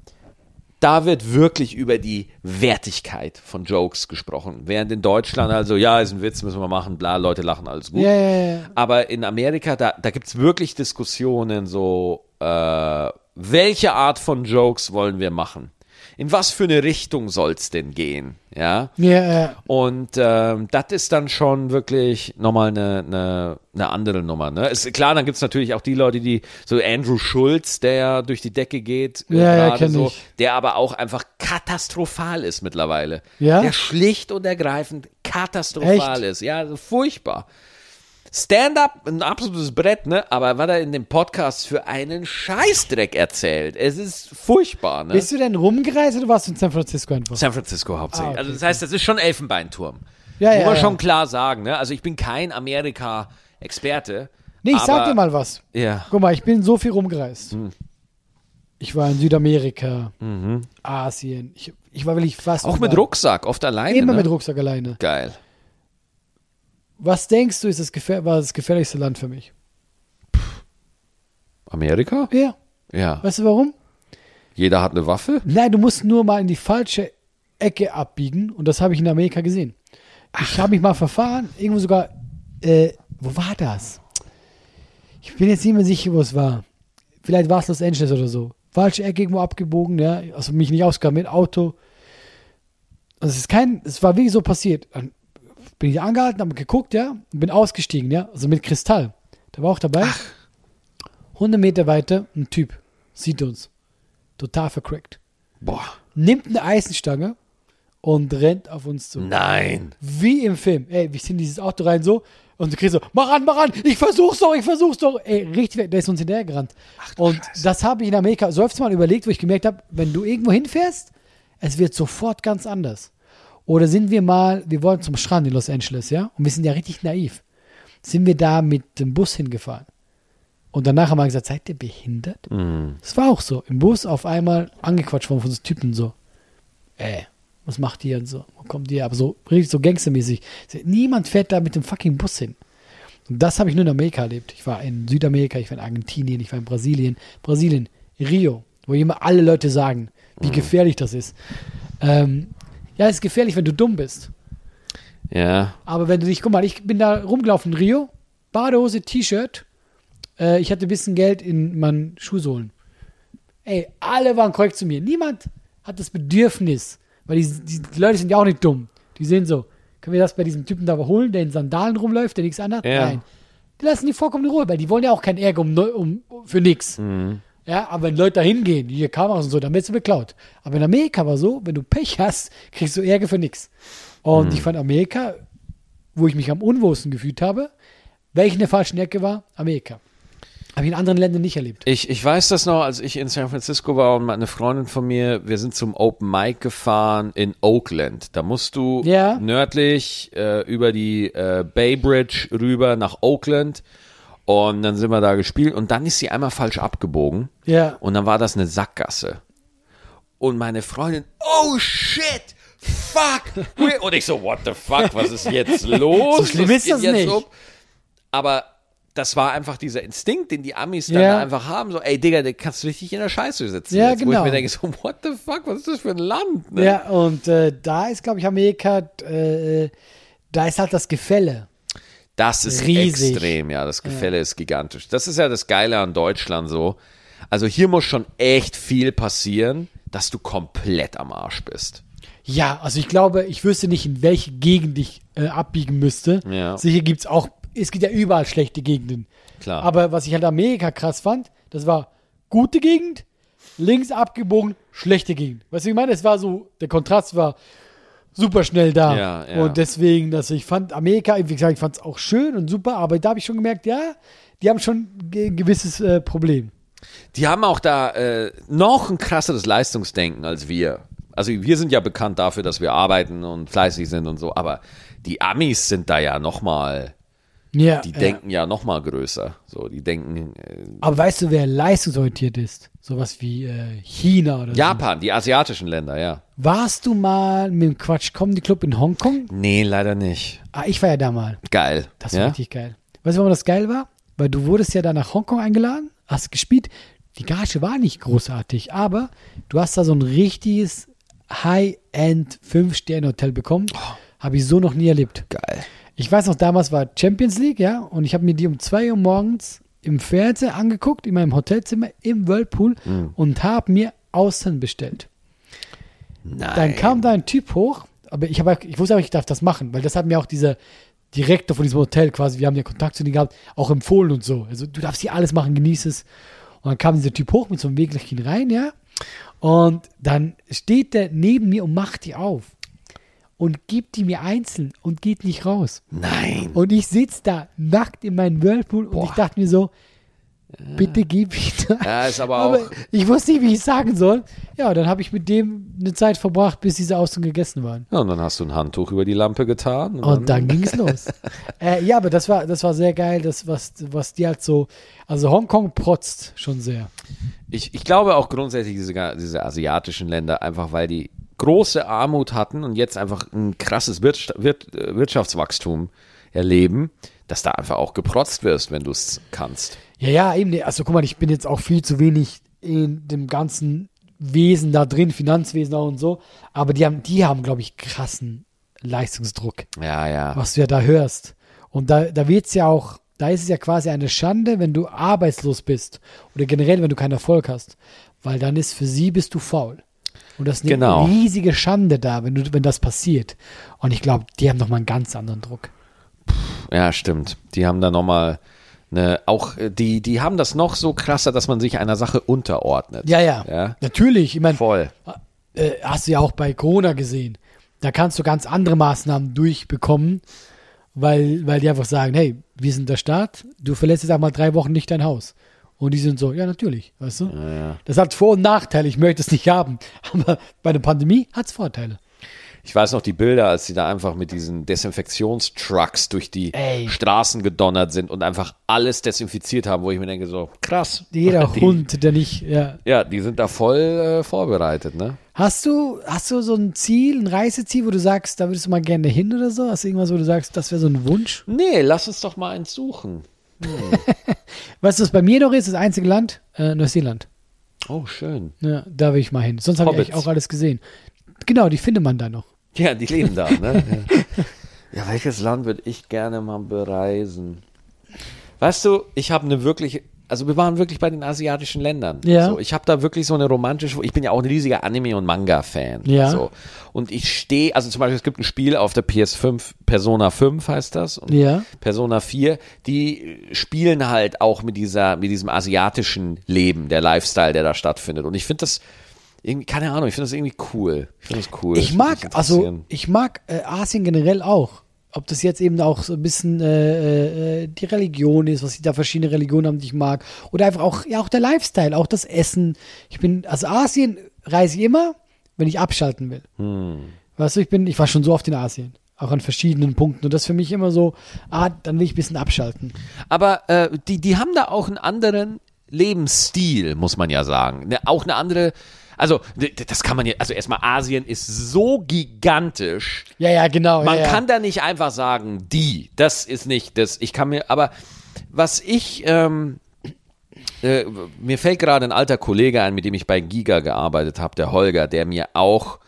da wird wirklich über die Wertigkeit von Jokes gesprochen. Während in Deutschland also, ja, ist ein Witz, müssen wir machen, bla, Leute lachen, alles gut. Ja, ja, ja. Aber in Amerika, da, da gibt es wirklich Diskussionen so, äh, welche Art von Jokes wollen wir machen? In was für eine Richtung soll es denn gehen? Ja. ja, ja. Und ähm, das ist dann schon wirklich nochmal eine, eine, eine andere Nummer. Ne? Ist, klar, dann gibt es natürlich auch die Leute, die so Andrew Schulz, der ja durch die Decke geht, äh, Ja, ja, gerade kenn so, ich. der aber auch einfach katastrophal ist mittlerweile. Ja? Der schlicht und ergreifend katastrophal Echt? ist. Ja, also furchtbar. Stand-up, ein absolutes Brett, ne? Aber was er in dem Podcast für einen Scheißdreck erzählt. Es ist furchtbar, ne? Bist du denn rumgereist oder warst du in San Francisco einfach? San Francisco hauptsächlich. Ah, okay, also das heißt, das ist schon Elfenbeinturm. Ja, Muss ja, man ja. schon klar sagen, ne? Also ich bin kein Amerika-Experte. nee, ich sag aber- Hm. dir mal was. Ja. Guck mal, ich bin so viel rumgereist. Ich war in Südamerika, Asien. Ich, ich war wirklich fast. Mhm. Auch mit überall. Rucksack, oft alleine. Immer ne? mit Rucksack alleine. Geil. Was denkst du, ist das gefähr war das gefährlichste Land für mich? Amerika? Ja. Ja. Weißt du warum? Jeder hat eine Waffe? Nein, du musst nur mal in die falsche Ecke abbiegen und das habe ich in Amerika gesehen. Ich habe mich mal verfahren, irgendwo sogar, äh, wo war das? Ich bin jetzt nicht mehr sicher, wo es war. Vielleicht war es Los Angeles oder so. Falsche Ecke irgendwo abgebogen, ja, also mich nicht ausgegangen mit Auto. Also es ist kein, es war wirklich so passiert. Dann bin ich angehalten, habe geguckt, ja, und bin ausgestiegen, ja, also mit Kristall. Der war auch dabei. 100 Meter weiter, ein Typ sieht uns. Total vercrackt Boah. nimmt eine Eisenstange und rennt auf uns zu. Nein. Wie im Film. Ey, wir sind in dieses Auto rein so und du kriegst so, mach an, mach an, ich versuch's doch, ich versuch's doch. Ey, richtig, der ist uns hinterhergerannt. Und das habe ich in Amerika so oft mal überlegt, wo ich gemerkt habe, wenn du irgendwo hinfährst, es wird sofort ganz anders. Oder sind wir mal, wir wollen zum Strand in Los Angeles, ja? Und wir sind ja richtig naiv. Sind wir da mit dem Bus hingefahren? Und danach haben wir gesagt, seid ihr behindert? Es war auch so. Im Bus auf einmal angequatscht worden von so Typen so. Ey, Äh, was macht ihr und so? Wo kommt ihr? Aber so richtig so gangstermäßig. Niemand fährt da mit dem fucking Bus hin. Und das habe ich nur in Amerika erlebt. Ich war in Südamerika, ich war in Argentinien, ich war in Brasilien. Brasilien, Rio, wo immer alle Leute sagen, wie gefährlich das ist. Ähm, ja, es ist gefährlich, wenn du dumm bist. Ja. Aber wenn du dich, guck mal, ich bin da rumgelaufen in Rio, Badehose, T-Shirt. Äh, ich hatte ein bisschen Geld in meinen Schuhsohlen. Ey, alle waren korrekt zu mir. Niemand hat das Bedürfnis, weil die, die, die Leute sind ja auch nicht dumm. Die sehen so, können wir das bei diesem Typen da holen, der in Sandalen rumläuft, der nichts anhat? Ja. Nein. Die lassen die vollkommen in Ruhe, weil die wollen ja auch keinen Ärger um, neu- um, für nichts. Hm. Ja, aber wenn Leute da hingehen, die hier Kameras und so, dann wirst du beklaut. Aber in Amerika war so, wenn du Pech hast, kriegst du Ärger für nichts. Und ich fand Amerika, wo ich mich am unwohlsten gefühlt habe, welche in der falschen Ecke war, Amerika. Habe ich in anderen Ländern nicht erlebt. Ich, ich weiß das noch, als ich in San Francisco war und eine Freundin von mir, wir sind zum Open Mic gefahren in Oakland. Da musst du Ja. nördlich äh, über die äh, Bay Bridge rüber nach Oakland. Und dann sind wir da gespielt und dann ist sie einmal falsch abgebogen. Ja. Und dann war das eine Sackgasse. Und meine Freundin, oh shit, fuck. we-" Und ich so, what the fuck, was ist jetzt los? So schlimm Was ist geht das jetzt um? nicht. Aber das war einfach dieser Instinkt, den die Amis dann Ja. da einfach haben. So, ey Digga, den kannst du richtig in der Scheiße sitzen. Ja, jetzt, Wo ich genau. mir denke, so, what the fuck, was ist das für ein Land? Ne? Ja, und äh, da ist, glaube ich, Amerika, äh, da ist halt das Gefälle. Das ist Riesig. extrem, ja. Das Gefälle ist gigantisch. Das ist ja das Geile an Deutschland so. Also hier muss schon echt viel passieren, dass du komplett am Arsch bist. Ja, also ich glaube, ich wüsste nicht, in welche Gegend ich äh, abbiegen müsste. Ja. Sicher gibt es auch, es gibt ja überall schlechte Gegenden. Klar. Aber was ich halt Amerika krass fand, das war gute Gegend, links abgebogen, schlechte Gegend. Weißt du, wie ich meine? Es war so, der Kontrast war super schnell da. Ja, ja. Und deswegen, dass ich fand Amerika, wie gesagt, ich fand es auch schön und super, aber da habe ich schon gemerkt, ja, die haben schon ge- ein gewisses äh, Problem. Die haben auch da äh, noch ein krasseres Leistungsdenken als wir. Also wir sind ja bekannt dafür, dass wir arbeiten und fleißig sind und so, aber die Amis sind da ja noch mal, Ja. äh, die denken ja noch mal größer. So, die denken äh, Aber weißt du, wer leistungsorientiert ist? Sowas wie äh, China oder so. Japan, die asiatischen Länder, ja. Warst du mal mit dem Quatsch Comedy Club in Hongkong? Nee, leider nicht. Ah, ich war ja da mal. Geil. Das war ja? richtig geil. Weißt du, warum das geil war? Weil du wurdest ja da nach Hongkong eingeladen, hast gespielt. Die Gage war nicht großartig, aber du hast da so ein richtiges High-End 5-Sterne-Hotel bekommen. Habe ich so noch nie erlebt. geil. Ich weiß noch, damals war Champions League, ja, und ich habe mir die um 2 Uhr morgens im Fernseher angeguckt, in meinem Hotelzimmer im Whirlpool und habe mir Austern bestellt. Nein. Dann kam da ein Typ hoch, aber ich, hab, ich wusste aber, ich darf das machen, weil das hat mir auch dieser Direktor von diesem Hotel quasi, wir haben ja Kontakt zu denen gehabt, auch empfohlen und so. Also du darfst hier alles machen, genieß es. Und dann kam dieser Typ hoch mit so einem Weglächeln rein, ja. Und dann steht der neben mir und macht die auf. Und gibt die mir einzeln und geht nicht raus. Nein. Und ich sitze da nackt in meinem Whirlpool und ich dachte mir so, Bitte gib wieder. Äh. Ja, ist aber auch- Ich wusste nicht, wie ich es sagen soll. Ja, dann habe ich mit dem eine Zeit verbracht, bis diese Austern gegessen waren. Ja, und dann hast du ein Handtuch über die Lampe getan. Und dann ging es los. äh, ja, aber das war, das war sehr geil, das, was, was die halt so. Also Hongkong protzt schon sehr. ich, ich glaube auch grundsätzlich diese, ga- diese asiatischen Länder, einfach weil die große Armut hatten und jetzt einfach ein krasses Wirtschaft, Wirt, äh, Wirtschaftswachstum erleben, dass da einfach auch geprotzt wirst, wenn du es kannst. Ja, ja, eben. nee, Also guck mal, ich bin jetzt auch viel zu wenig in dem ganzen Wesen da drin, Finanzwesen auch und so. Aber die haben, die haben, glaube ich, krassen Leistungsdruck. Ja, ja. was du ja da hörst. Und da, da wird es ja auch, da ist es ja quasi eine Schande, wenn du arbeitslos bist oder generell, wenn du keinen Erfolg hast, weil dann ist für sie bist du faul. Und das ist eine Genau. riesige Schande da, wenn, du, wenn das passiert. Und ich glaube, die haben nochmal einen ganz anderen Druck. Ja, stimmt. Die haben da nochmal eine, auch äh, die, die haben das noch so krasser, dass man sich einer Sache unterordnet. Ja, ja. Ja. Natürlich. Ich meine, Voll. äh, hast du ja auch bei Corona gesehen. Da kannst du ganz andere Maßnahmen durchbekommen, weil, weil die einfach sagen, hey, wir sind der Staat, du verlässt jetzt auch mal drei Wochen nicht dein Haus. Und die sind so, ja, natürlich, weißt du? Das hat Vor- und Nachteile, ich möchte es nicht haben. Aber bei der Pandemie hat es Vorteile. Ich weiß noch die Bilder, als sie da einfach mit diesen Desinfektionstrucks durch die Ey. Straßen gedonnert sind und einfach alles desinfiziert haben, wo ich mir denke, so krass. Jeder die, Hund, der nicht, ja. Ja, die sind da voll äh, vorbereitet, ne? Hast du, hast du so ein Ziel, ein Reiseziel, wo du sagst, da würdest du mal gerne hin oder so? Hast du irgendwas, wo du sagst, das wäre so ein Wunsch? Nee, lass uns doch mal eins suchen. Weißt du, was bei mir noch ist, das einzige Land? Äh, Neuseeland. Oh, schön. Ja, Ne, da will ich mal hin. Sonst habe ich Hobbits. eigentlich auch alles gesehen. Genau, die findet man da noch. Ja, die leben da, ne? Ja. ja, welches Land würde ich gerne mal bereisen? Weißt du, ich habe eine wirklich, also wir waren wirklich bei den asiatischen Ländern. Ja. So, ich habe da wirklich so eine romantische, ich bin ja auch ein riesiger Anime- und Manga-Fan. Ja. So. Und ich stehe, also zum Beispiel, es gibt ein Spiel auf der PS5, Persona 5 heißt das. Und Ja. Persona 4, die äh, spielen halt auch mit dieser, mit diesem asiatischen Leben, der Lifestyle, der da stattfindet. Und ich finde das irgendwie, keine Ahnung, ich finde das irgendwie cool. Ich finde das cool. Das würde mich Ich mag, also interessieren. ich mag äh, Asien generell auch. Ob das jetzt eben auch so ein bisschen äh, äh, die Religion ist, was sie da verschiedene Religionen haben, die ich mag. Oder einfach auch, ja, auch der Lifestyle, auch das Essen. Ich bin, also Asien reise ich immer, wenn ich abschalten will. Hm. Weißt du, ich bin, ich war schon so oft in Asien. Auch an verschiedenen Punkten. Und das ist für mich immer so, ah, dann will ich ein bisschen abschalten. Aber äh, die, die haben da auch einen anderen Lebensstil, muss man ja sagen. Ne, auch eine andere. Also, d- d- das kann man ja. Also, erstmal, Asien ist so gigantisch. Ja, ja, genau. Man ja, ja. kann da nicht einfach sagen, die. Das ist nicht das. Ich kann mir. Aber was ich. Ähm, äh, mir fällt gerade ein alter Kollege ein, mit dem ich bei Giga gearbeitet habe, der Holger, der mir auch,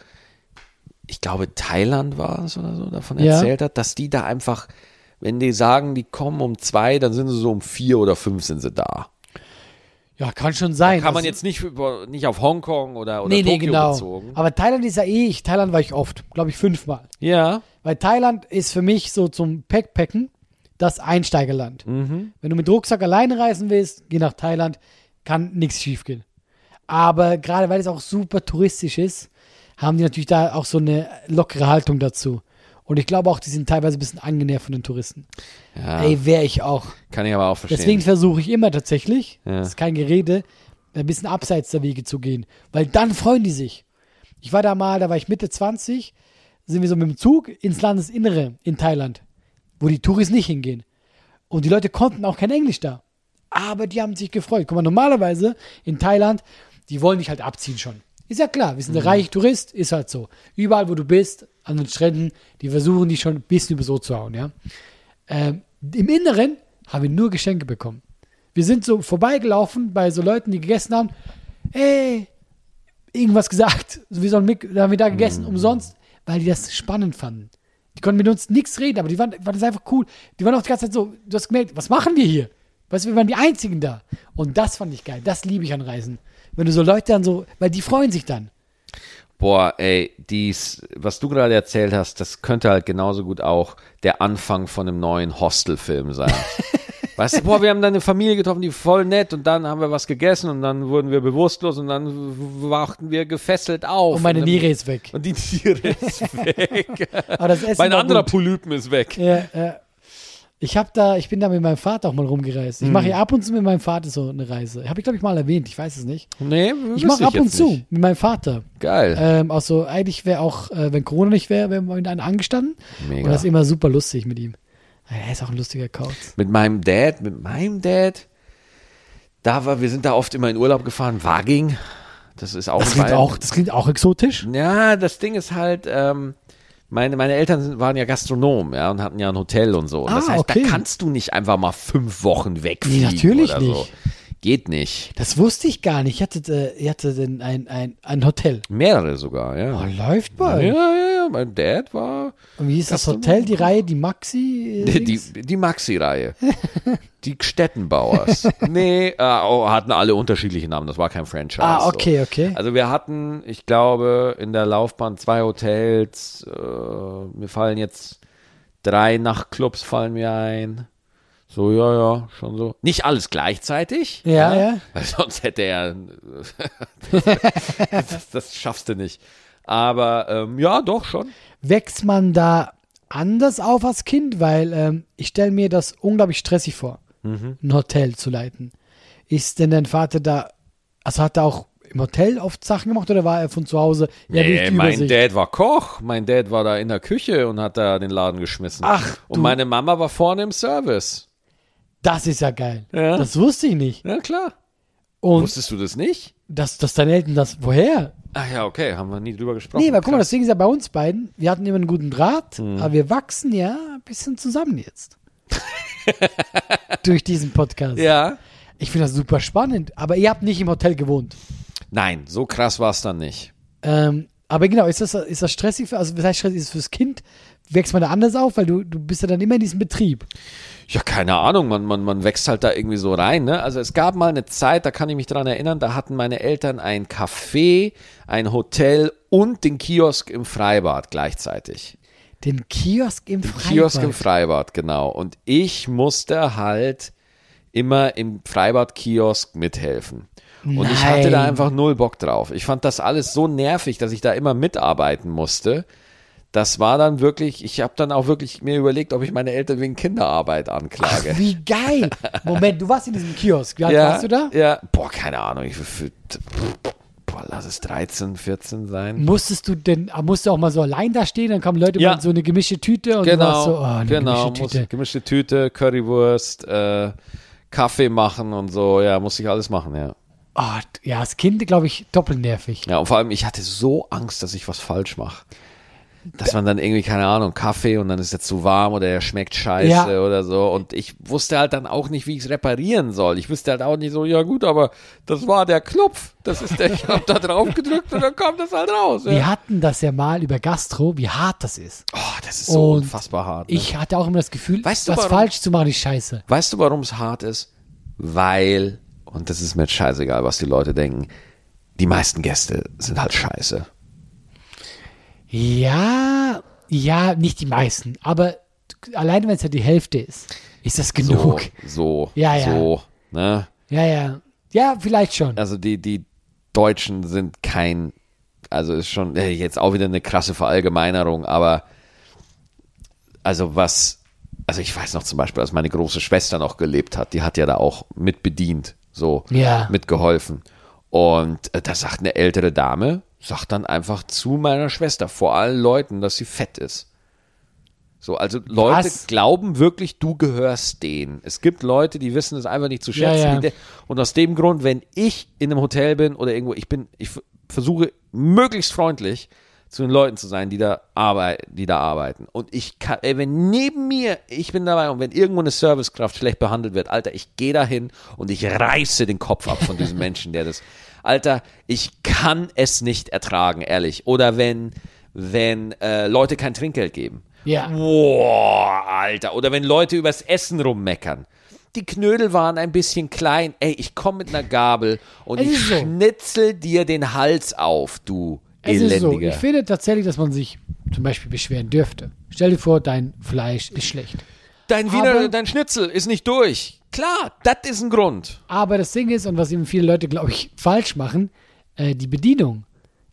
ich glaube, Thailand war es oder so, davon Ja. erzählt hat, dass die da einfach, wenn die sagen, die kommen um zwei, dann sind sie so um vier oder fünf sind sie da. ja, kann schon sein. Kann man Also- jetzt nicht, über- nicht auf Hongkong oder, oder nee, Tokio nee, genau. bezogen. Aber Thailand ist ja eh, ich, Thailand war ich oft, glaube ich fünfmal. Ja. Weil Thailand ist für mich so zum Backpacken das Einsteigerland. Mhm. Wenn du mit Rucksack alleine reisen willst, geh nach Thailand, kann nichts schiefgehen. Aber gerade weil es auch super touristisch ist, haben die natürlich da auch so eine lockere Haltung dazu. Und ich glaube auch, die sind teilweise ein bisschen angenervt von den Touristen. Ey, wäre ich auch. Kann ich aber auch verstehen. Deswegen versuche ich immer tatsächlich, Ja. das ist kein Gerede, ein bisschen abseits der Wege zu gehen, weil dann freuen die sich. Ich war da mal, da war ich Mitte 20, sind wir so mit dem Zug ins Landesinnere in Thailand, wo die Touris nicht hingehen. Und die Leute konnten auch kein Englisch da. Aber die haben sich gefreut. Guck mal, normalerweise in Thailand, die wollen dich halt abziehen schon. Ist ja klar, Mhm. wir sind ein reich Tourist, ist halt so. Überall, wo du bist, an den Stränden, die versuchen dich schon ein bisschen über so zu hauen, ja. Ähm, Im Inneren haben wir nur Geschenke bekommen. Wir sind so vorbeigelaufen bei so Leuten, die gegessen haben. Hey, irgendwas gesagt. Wir sollen mit, dann haben wir da Mhm. gegessen, umsonst, weil die das spannend fanden. Die konnten mit uns nichts reden, aber die waren, waren das einfach cool. Die waren auch die ganze Zeit so, du hast gemerkt, was machen wir hier? Weißt du, wir waren die Einzigen da. Und das fand ich geil. Das liebe ich an Reisen. Wenn du so Leute dann so, weil die freuen sich dann. Boah, ey, dies, was du gerade erzählt hast, das könnte halt genauso gut auch der Anfang von einem neuen Hostel-Film sein. weißt du, boah, wir haben dann eine Familie getroffen, die voll nett und dann haben wir was gegessen und dann wurden wir bewusstlos und dann w- wachten wir gefesselt auf. Und meine einem- Niere ist weg. Und die Niere ist weg. Aber das Essen mein war anderer gut. Polypen ist weg. Ja, ja. Ich habe da, ich bin da mit meinem Vater auch mal rumgereist. Ich Hm. mache ja ab und zu mit meinem Vater so eine Reise. Habe ich glaube ich mal erwähnt, ich weiß es nicht. Nee, Ich wüsste mache ab jetzt und zu nicht. mit meinem Vater. Geil. Ähm, also eigentlich wäre auch, äh, wenn Corona nicht wäre, wäre man mit einem angestanden. Mega. Und das ist immer super lustig mit ihm. Er ist auch ein lustiger Kauz. mit meinem Dad, mit meinem Dad, da war, wir sind da oft immer in Urlaub gefahren, Waging. Das ist auch Das in klingt Bayern. auch, das klingt auch exotisch. Ja, das Ding ist halt, ähm, meine, meine Eltern sind, waren ja Gastronomen, ja, und hatten ja ein Hotel und so. Und das Ah, heißt, okay. da kannst du nicht einfach mal fünf Wochen wegfliegen. Nee, natürlich oder So. nicht. Geht nicht. Das wusste ich gar nicht. Ich hatte, äh, ihr hattet ein, ein, ein, ein Hotel. Mehrere sogar, Oh, ja. läuft ja, bei. ja, ja. Mein Dad war Und wie ist das Gastronom. Hotel, die Reihe, die Maxi? äh, die, Dings? die, die Maxi-Reihe. Die Städtenbauers. nee, äh, oh, hatten alle unterschiedliche Namen. Das war kein Franchise. ah, so. okay, okay. Also wir hatten, ich glaube, in der Laufbahn zwei Hotels. Äh, mir fallen jetzt drei Nachtclubs fallen mir ein. So, ja, ja, schon so. Nicht alles gleichzeitig. Ja, ja. Weil sonst hätte er. das, das, das schaffst du nicht. Aber ähm, ja, doch, schon. Wächst man da anders auf als Kind? Weil ähm, ich stelle mir das unglaublich stressig vor, Mhm. ein Hotel zu leiten. Ist denn dein Vater da, also hat er auch im Hotel oft Sachen gemacht oder war er von zu Hause? Ja, Nee, durch die mein Übersicht. Dad war Koch. Mein Dad war da in der Küche und hat da den Laden geschmissen. Ach, du- Und meine Mama war vorne im Service. Das ist ja geil. Ja. Das wusste ich nicht. Ja, klar. Und Wusstest du das nicht? dass, dass deine Eltern das, woher? Ach ja, okay, haben wir nie drüber gesprochen. Nee, weil guck mal, Krass. deswegen ist ja bei uns beiden, wir hatten immer einen guten Draht, Mhm. aber wir wachsen ja ein bisschen zusammen jetzt. Durch diesen Podcast. Ja. Ich finde das super spannend, aber ihr habt nicht im Hotel gewohnt. Nein, so krass war es dann nicht. Ähm, aber genau, ist das, ist das stressig für, also was heißt stressig ist es fürs Kind? Wächst man da anders auf, weil du, du bist ja dann immer in diesem Betrieb. Ja, keine Ahnung, man, man, man wächst halt da irgendwie so rein. Ne? Also es gab mal eine Zeit, da kann ich mich dran erinnern, da hatten meine Eltern ein Café, ein Hotel und den Kiosk im Freibad gleichzeitig. Den Kiosk im Freibad. Kiosk im Freibad, genau. Und ich musste halt immer im Freibad-Kiosk mithelfen. Und ich hatte da Nein. einfach null Bock drauf. Ich fand das alles so nervig, dass ich da immer mitarbeiten musste. Das war dann wirklich, ich habe dann auch wirklich mir überlegt, ob ich meine Eltern wegen Kinderarbeit anklage. Ach, wie geil. Moment, du warst in diesem Kiosk. Wie alt ja, warst du da? Ja. Boah, keine Ahnung. Ich, für, boah, lass es 13, 14 sein. Musstest du denn, ah, musst du auch mal so allein da stehen, dann kamen Leute Ja. mit so eine gemischte Tüte und du Genau, warst so, oh, eine genau, gemischte Tüte. Muss, gemischte Tüte, Currywurst, äh, Kaffee machen und so, ja, musste ich alles machen, ja. Oh, ja, als Kind, glaube ich, doppelt nervig. Ja, und vor allem, ich hatte so Angst, dass ich was falsch mache. Dass man dann irgendwie, keine Ahnung, Kaffee und dann ist er zu warm oder er schmeckt scheiße Ja. oder so. Und ich wusste halt dann auch nicht, wie ich es reparieren soll. Ich wusste halt auch nicht so, ja gut, aber das war der Knopf. Das ist der, ich hab da drauf gedrückt und dann kam das halt raus. Wir Ja. hatten das ja mal über Gastro, wie hart das ist. Oh, das ist so Und unfassbar hart. Ne? Ich hatte auch immer das Gefühl, Weißt du, was warum- falsch zu machen ist scheiße. Weißt du, warum es hart ist? Weil, und das ist mir jetzt scheißegal, was die Leute denken, die meisten Gäste sind halt scheiße. Ja, ja, nicht die meisten, aber allein wenn es ja die Hälfte ist, ist das So, genug. so, Ja, ja. so. Ne? Ja, ja. Ja, vielleicht schon. Also die, die Deutschen sind kein, also ist schon äh, jetzt auch wieder eine krasse Verallgemeinerung, aber also was, also ich weiß noch zum Beispiel, als meine große Schwester noch gelebt hat, die hat ja da auch mit bedient, so Ja. mitgeholfen. Und äh, da sagt eine ältere Dame, sagt dann einfach zu meiner Schwester, vor allen Leuten, dass sie fett ist. So, also Leute Was? glauben wirklich, du gehörst denen. Es gibt Leute, die wissen es einfach nicht zu schätzen. Ja, ja. Die de- Und aus dem Grund, wenn ich in einem Hotel bin oder irgendwo, ich bin, ich f- versuche möglichst freundlich zu den Leuten zu sein, die da arbeiten, die da arbeiten. Und ich kann, ey, wenn neben mir, ich bin dabei und wenn irgendwo eine Servicekraft schlecht behandelt wird, Alter, ich gehe dahin und ich reiße den Kopf ab von diesem Menschen, der das, Alter, ich kann es nicht ertragen, ehrlich. Oder wenn, wenn äh, Leute kein Trinkgeld geben. Ja. Boah, Alter. Oder wenn Leute übers Essen rummeckern. Die Knödel waren ein bisschen klein. Ey, ich komme mit einer Gabel und Es ich ist so. schnitzel dir den Hals auf, du Es ist so, Elendiger. ich finde tatsächlich, dass man sich zum Beispiel beschweren dürfte. Stell dir vor, dein Fleisch ist schlecht. dein Wiener, Aber- dein Schnitzel ist nicht durch. Klar, das ist ein Grund. Aber das Ding ist, und was eben viele Leute, glaube ich, falsch machen, äh, die Bedienung.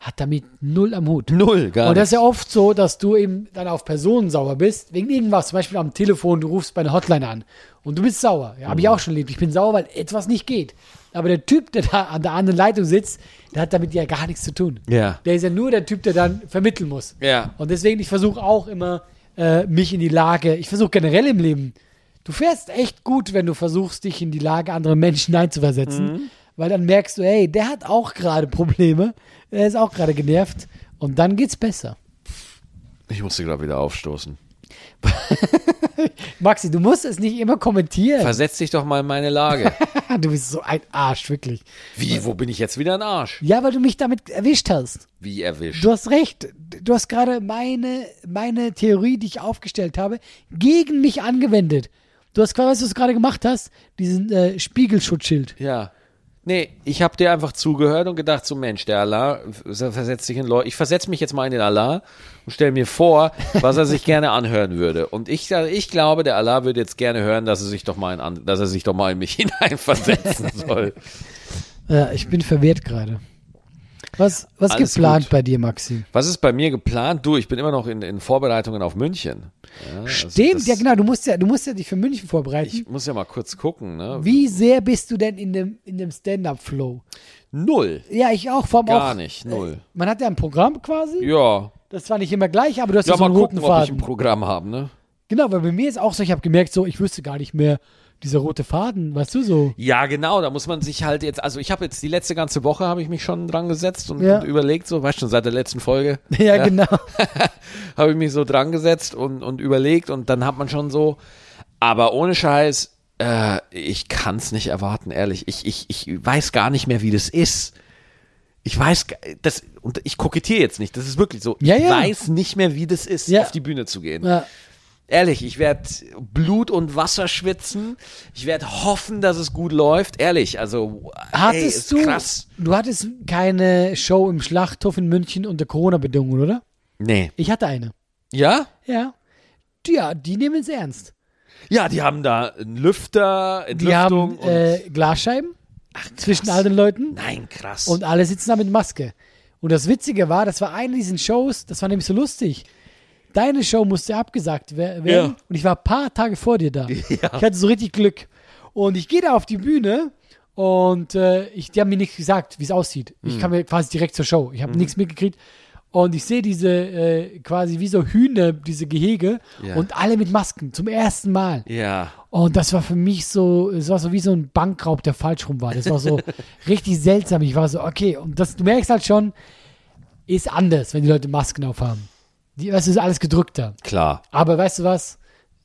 hat damit null am Hut. Null, gar Und das ist nicht. ja oft so, dass du eben dann auf Personen sauer bist, wegen irgendwas. Zum Beispiel am Telefon, du rufst bei einer Hotline an und du bist sauer. Ja, Mhm. habe ich auch schon erlebt. Ich bin sauer, weil etwas nicht geht. Aber der Typ, der da an der anderen Leitung sitzt, der hat damit ja gar nichts zu tun. Ja. Der ist ja nur der Typ, der dann vermitteln muss. Ja. Und deswegen, ich versuche auch immer, äh, mich in die Lage, ich versuche generell im Leben, du fährst echt gut, wenn du versuchst, dich in die Lage anderer Menschen einzuversetzen, weil dann merkst du, hey, der hat auch gerade Probleme, der ist auch gerade genervt und dann geht's besser. Ich musste gerade wieder aufstoßen. Maxi, du musst es nicht immer kommentieren. Versetz dich doch mal in meine Lage. du bist so ein Arsch, wirklich. Wie, wo bin ich jetzt wieder ein Arsch? Ja, weil du mich damit erwischt hast. Wie erwischt. Du hast recht. Du hast gerade meine, meine Theorie, die ich aufgestellt habe, gegen mich angewendet. Du hast quasi, was du es gerade gemacht hast, diesen äh, Spiegelschutzschild. Ja. Nee, ich habe dir einfach zugehört und gedacht, so Mensch, der Allah versetzt sich in Leute. Ich versetze mich jetzt mal in den Allah und stelle mir vor, was er sich gerne anhören würde. Und ich, ich glaube, der Allah würde jetzt gerne hören, dass er sich doch mal in, an- dass er sich doch mal in mich hineinversetzen soll. Ja, Äh, ich bin verwirrt gerade. Was, was Alles geplant gut. bei dir, Maxi? Was ist bei mir geplant? Du, ich bin immer noch in, in Vorbereitungen auf München. Ja, also Stimmt, das- ja genau, du musst ja, du musst ja dich für München vorbereiten. Ich muss ja mal kurz gucken, ne? Wie sehr bist du denn in dem, in dem Stand-Up-Flow? Null. Ja, ich auch, vor allem Gar auch, äh, nicht, null. Man hat ja ein Programm quasi. Ja. Das war nicht immer gleich, aber du hast ja, Ja, so mal einen roten gucken, ob ich ein Faden. Programm habe, ne? Genau, weil bei mir ist auch so, ich habe gemerkt, so, ich wüsste gar nicht mehr, dieser rote Faden, weißt du so. Ja, genau, da muss man sich halt jetzt, also ich habe jetzt die letzte ganze Woche habe ich mich schon dran gesetzt und, Ja. und überlegt, so, weißt du, seit der letzten Folge Ja, genau. habe ich mich so dran gesetzt und, und überlegt und dann hat man schon so, aber ohne Scheiß, äh, ich kann es nicht erwarten, ehrlich. Ich, ich, ich weiß gar nicht mehr, wie das ist. Ich weiß, g- das, und ich kokettiere jetzt nicht, das ist wirklich so. Ja, ich ja. weiß nicht mehr, wie das ist, Ja. auf die Bühne zu gehen. Ja. Ehrlich, ich werde Blut und Wasser schwitzen. Ich werde hoffen, dass es gut läuft. Ehrlich, also ey, Hattest ist du, krass. du hattest keine Show im Schlachthof in München unter Corona-Bedingungen, oder? Nee. Ich hatte eine. Ja? Ja. Ja, die nehmen es ernst. Ja, die haben da einen Lüfter, Die Entlüftung haben äh, Glasscheiben zwischen all den und Leuten Nein, krass. und alle sitzen da mit Maske. Und das Witzige war, das war eine dieser Shows, das war nämlich so lustig. Deine Show musste abgesagt wer- werden Ja. und ich war ein paar Tage vor dir da. Ich hatte so richtig Glück. Und ich gehe da auf die Bühne und äh, ich, die haben mir nichts gesagt, wie es aussieht. Ich Hm. kam mir quasi direkt zur Show. Mhm. Ich habe nichts mitgekriegt. Und ich sehe diese äh, quasi wie so Hühner, diese Gehege Ja. und alle mit Masken zum ersten Mal. ja. Und das war für mich so, es war so wie so ein Bankraub, der falsch rum war. Das war so richtig seltsam. Ich war so, okay, und das, du merkst halt schon, ist anders, wenn die Leute Masken aufhaben. Die, weißt du, ist alles gedrückter. Klar. Aber weißt du was?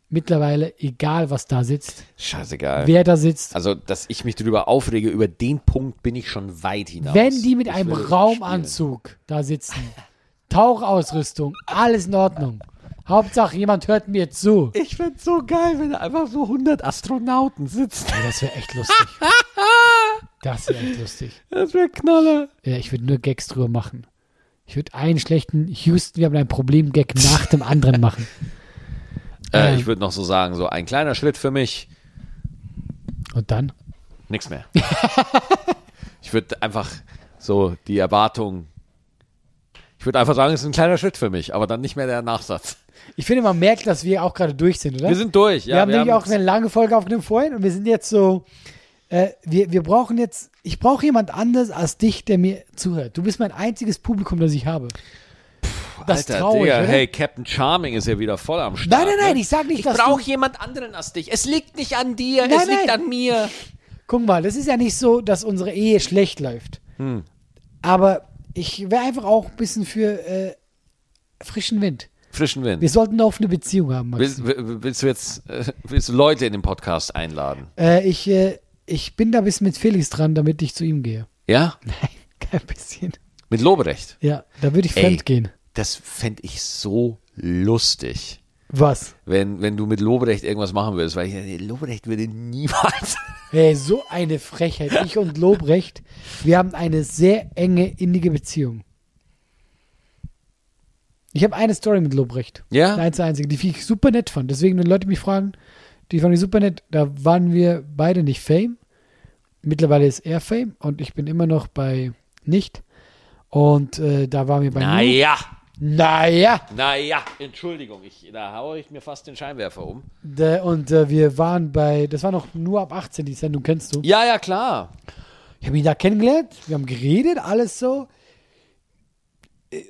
Mittlerweile, egal was da sitzt, Scheißegal. wer da sitzt, also, dass ich mich darüber aufrege, über den Punkt bin ich schon weit hinaus. wenn die mit Ich einem will spielen. Raumanzug da sitzen, Tauchausrüstung, alles in Ordnung. Hauptsache, jemand hört mir zu. Ich find's so geil, wenn da einfach so 100 Astronauten sitzen. Ey, das wäre echt lustig. Das wäre echt lustig. Das wäre Knaller. Ja, ich würde nur Gags drüber machen. Ich würde einen schlechten Houston, wir haben ein Problem-Gag nach dem anderen machen. Äh, Ähm. ich würde noch so sagen, so ein kleiner Schritt für mich. Und dann? Nix mehr. ich würde einfach so die Erwartung. Ich würde einfach sagen, es ist ein kleiner Schritt für mich, aber dann nicht mehr der Nachsatz. Ich finde, man merkt, dass wir auch gerade durch sind, oder? Wir sind durch. Ja, wir haben nämlich auch eine lange Folge aufgenommen vorhin und wir sind jetzt so, äh, wir, wir brauchen jetzt, ich brauche jemand anders als dich, der mir zuhört. Du bist mein einziges Publikum, das ich habe. das ist Alter, traurig, Digga, oder? hey, Captain Charming ist ja wieder voll am Start. Nein, nein, nein, ne? ich sag nicht, Ich dass brauche du, jemand anderen als dich. Es liegt nicht an dir, Nein, es liegt nein. an mir. guck mal, das ist ja nicht so, dass unsere Ehe schlecht läuft. Hm. Aber ich wäre einfach auch ein bisschen für äh, frischen Wind. Frischen Wind. Wir sollten eine offene Beziehung haben, Max. Willst, will- willst du jetzt äh, willst du Leute in den Podcast einladen? Äh, ich, äh, ich bin da ein bisschen mit Felix dran, damit ich zu ihm gehe. Ja? Nein, kein bisschen. Mit Lobrecht. Ja, da würde ich fremd gehen. Das fände ich so lustig. Was? wenn, wenn du mit Lobrecht irgendwas machen würdest, weil ich nee, Lobrecht würde niemals. Hey, so eine Frechheit. Ich und Lobrecht, wir haben eine sehr enge, innige Beziehung. Ich habe eine Story mit Lobrecht. Ja? Eine einzige, einzige, die ich super nett fand. Deswegen, wenn Leute mich fragen, die fand ich super nett. Da waren wir beide nicht Fame. Mittlerweile ist er Fame und ich bin immer noch bei nicht. Und äh, da waren wir bei Mu- Naja, Naja. naja, Entschuldigung, ich, da haue ich mir fast den Scheinwerfer um. Da- Und äh, wir waren bei, das war noch nur ab 18, die Sendung kennst du. Ja, ja, klar. Ich habe ihn da kennengelernt, wir haben geredet, alles so.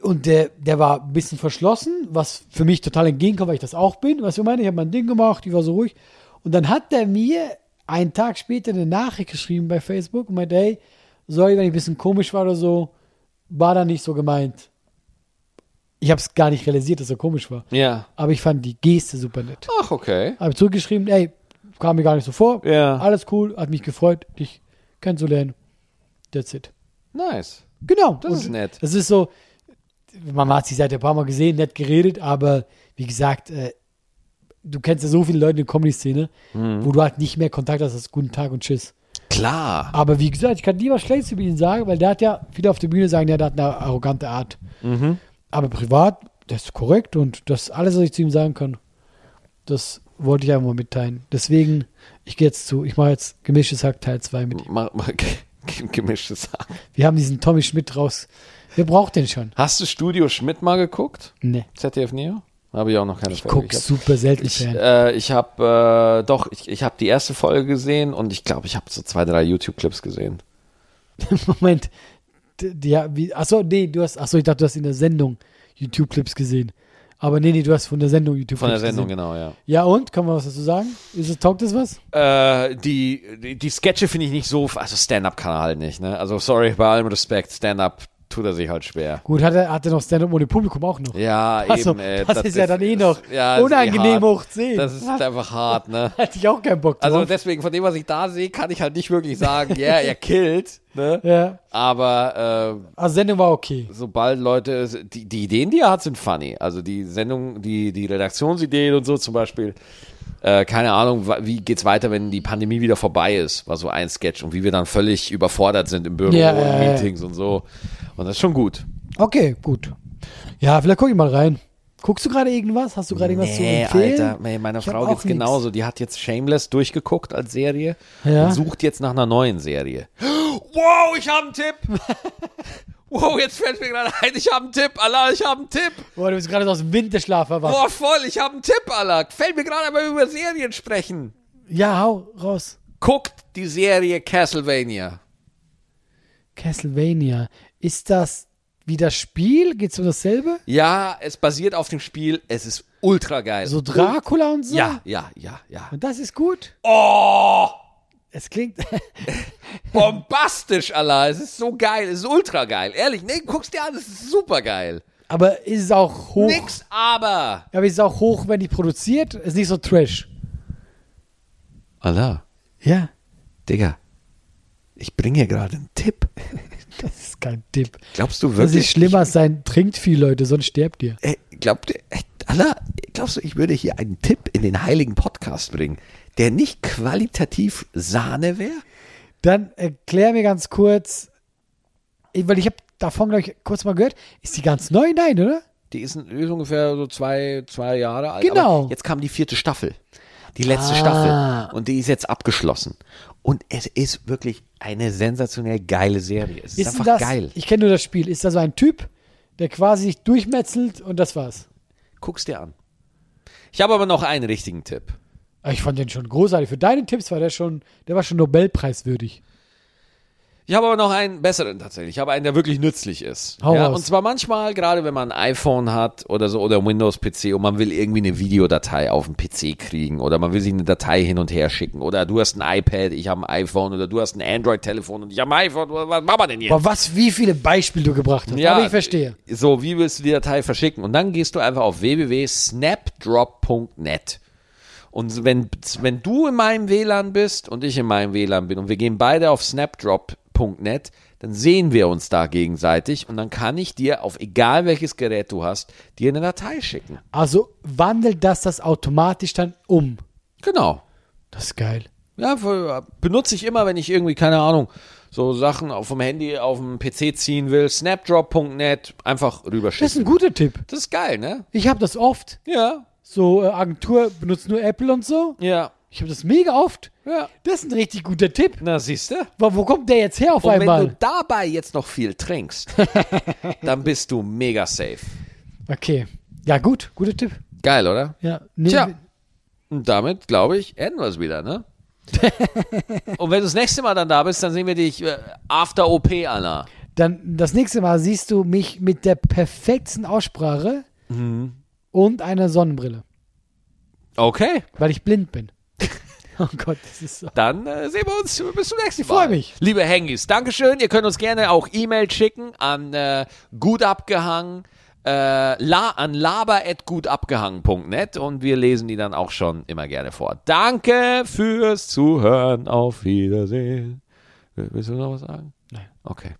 Und der, der war ein bisschen verschlossen, was für mich total entgegenkommt, weil ich das auch bin. Weißt du, ich meine, ich habe mein Ding gemacht, ich war so ruhig. Und dann hat der mir einen Tag später eine Nachricht geschrieben bei Facebook und meinte, hey, sorry, wenn ich ein bisschen komisch war oder so, war da nicht so gemeint. Ich habe es gar nicht realisiert, dass er komisch war. Ja. Aber ich fand die Geste super nett. Ach, okay. Habe zurückgeschrieben, ey, kam mir gar nicht so vor. Ja. Alles cool, hat mich gefreut, dich kennenzulernen. That's it. Nice. Genau. Das ist nett. Das ist so, man hat sich seit ein paar Mal gesehen, nett geredet, aber wie gesagt, äh, du kennst ja so viele Leute in der Comedy-Szene, wo du halt nicht mehr Kontakt hast als guten Tag und Tschüss. Klar. Aber wie gesagt, ich kann nie was Schlechtes über ihn sagen, weil der hat ja, viele auf der Bühne sagen, ja, der hat eine arrogante Art. Mhm. Aber privat, der ist korrekt und das ist alles, was ich zu ihm sagen kann. Das wollte ich einfach mal mitteilen. Deswegen, ich gehe jetzt zu, ich mache jetzt gemischtes Hack Teil 2 mit ihm. Mach mal ge- gemischtes Haar. Wir haben diesen Tommy Schmidt raus. Wer braucht den schon? Hast du Studio Schmidt mal geguckt? Ne. ZDF Neo? Habe ich auch noch keine Ich Folge. gucke super selten Ich, Fern. äh, ich habe äh, doch, ich, ich habe die erste Folge gesehen und ich glaube, ich habe so zwei, drei YouTube-Clips gesehen. Moment. D- Die, wie, achso, nee, du hast, achso, ich dachte, du hast in der Sendung YouTube-Clips gesehen. Aber nee, nee, du hast von der Sendung YouTube-Clips Von der Sendung, gesehen. genau, ja. Ja, und? Kann man was dazu sagen? Ist es, taugt das was? Äh, die, die, die Sketche finde ich nicht so, also Stand-Up kann er halt nicht, ne? Also sorry, bei allem Respekt, Stand-Up tut er sich halt schwer. Gut, hat er, hat er noch Stand-up ohne Publikum auch noch. Ja, Achso, eben. Äh, das ist ja dann eh noch ja, das ist eh unangenehm hart. hoch 10. Das ist einfach hart, ne? Hatte ich auch keinen Bock drauf. Also deswegen, von dem, was ich da sehe, kann ich halt nicht wirklich sagen, ja, er killt, ne? ja. Aber äh, Also Sendung war okay. sobald Leute, die, die Ideen, die er hat, sind funny. Also die Sendung, die, die Redaktionsideen und so zum Beispiel. Äh, keine Ahnung, wa- wie geht's weiter, wenn die Pandemie wieder vorbei ist, war so ein Sketch und wie wir dann völlig überfordert sind im Büro Ja, und ja, ja. Meetings und so. Und das ist schon gut. Okay, gut. Ja, vielleicht gucke ich mal rein. Guckst du gerade irgendwas? Hast du gerade irgendwas zu empfehlen? Alter, ey, meiner Ich hab Frau auch geht's nix. genauso. Die hat jetzt Shameless durchgeguckt als Serie Ja. und sucht jetzt nach einer neuen Serie. Wow, ich habe einen Tipp. wow, jetzt fällt mir gerade ein, ich habe einen Tipp. Allah, ich habe einen Tipp. Boah, du bist gerade so aus dem Winterschlaf erwacht. Boah, voll, ich habe einen Tipp, Alak. Fällt mir gerade einmal über Serien sprechen. Ja, hau raus. Guckt die Serie Castlevania. Castlevania. Ist das wie das Spiel? Geht's um dasselbe? Ja, es basiert auf dem Spiel. Es ist ultra geil. So Dracula und so? Ja, ja, ja, ja. Und das ist gut. Oh, Es klingt. bombastisch, Allah. Es ist so geil. Es ist ultra geil. Ehrlich, nee, guck's dir an. Es ist super geil. aber ist es auch hoch? Nix aber. Aber ist es auch hoch, wenn die produziert? Ist nicht so Trash. Allah, Ja. Digga. Ich bringe hier gerade einen Tipp. Das ist kein Tipp. Glaubst du Das ist schlimmer als sein. Trinkt viel, Leute, sonst sterbt ihr. Ey, Äh, glaubt ihr, echt, Allah, glaubst du, ich würde hier einen Tipp in den heiligen Podcast bringen, der nicht qualitativ Sahne wäre? Dann erklär mir ganz kurz, ich- weil ich habe davon, glaube ich, kurz mal gehört. Ist die ganz neu? Nein, oder? Die ist, ein- ist ungefähr so zwei, zwei Jahre alt. Genau. Aber jetzt kam die vierte Staffel. Die letzte Ah. Staffel. Und die ist jetzt abgeschlossen. Und es ist wirklich eine sensationell geile Serie. Es ist, Ist einfach denn das, geil. Ich kenne nur das Spiel. Ist da so ein Typ, der quasi sich durchmetzelt und das war's. Guck's dir an. Ich habe aber noch einen richtigen Tipp. Aber Ich fand den schon großartig. Für deine Tipps war der schon, der war schon Nobelpreiswürdig. Ich habe aber noch einen besseren tatsächlich. Ich habe einen, der wirklich nützlich ist. Hau ja, raus. und zwar manchmal, gerade wenn man ein iPhone hat oder so oder Windows-PC und man will irgendwie eine Videodatei auf dem PC kriegen oder man will sich eine Datei hin und her schicken oder du hast ein iPad, ich habe ein iPhone oder du hast ein Android-Telefon und ich habe ein iPhone. Was machen wir denn jetzt? Boah, was, wie viele Beispiele du gebracht hast. Aber ich verstehe. So, wie willst du die Datei verschicken? Und dann gehst du einfach auf www.snapdrop.net. Und wenn, wenn du in meinem WLAN bist und ich in meinem WLAN bin und wir gehen beide auf snapdrop.net, dann sehen wir uns da gegenseitig und dann kann ich dir auf egal welches Gerät du hast, dir eine Datei schicken. Also wandelt das das automatisch dann um. Genau. Das ist geil. Ja, für- benutze ich immer, wenn ich irgendwie, keine Ahnung, so Sachen auf- vom Handy auf dem PC ziehen will. Snapdrop.net, einfach Das ist ein rüberschicken. guter Tipp. Das ist geil, ne? Ich habe das oft. Ja, So äh, Agentur benutzt nur Apple und so. ja. Ich habe das mega oft. Ja. Das ist ein richtig guter Tipp. Na, siehst du? Wo, wo kommt der jetzt her auf Und wenn einmal? du dabei jetzt noch viel trinkst, dann bist du mega safe. Okay. Ja, gut. Guter Tipp. Geil, oder? Ja. Nee, Tja. Und damit, glaube ich, enden wir es wieder, ne? Und wenn du das nächste Mal dann da bist, dann sehen wir dich äh, after OP, Anna. Dann das nächste Mal siehst du mich mit der perfektesten Aussprache Mhm. und einer Sonnenbrille, Okay, weil ich blind bin. oh Gott, das ist so. dann äh, sehen wir uns bis zum nächsten Mal. freu mich. Liebe Hengis, Dankeschön. Ihr könnt uns gerne auch E-Mail schicken an äh, gutabgehangen, äh, la, an laber.gutabgehangen.net und wir lesen die dann auch schon immer gerne vor. Danke Äh, fürs Zuhören. Auf Wiedersehen. Willst du noch was sagen? Nein. Okay.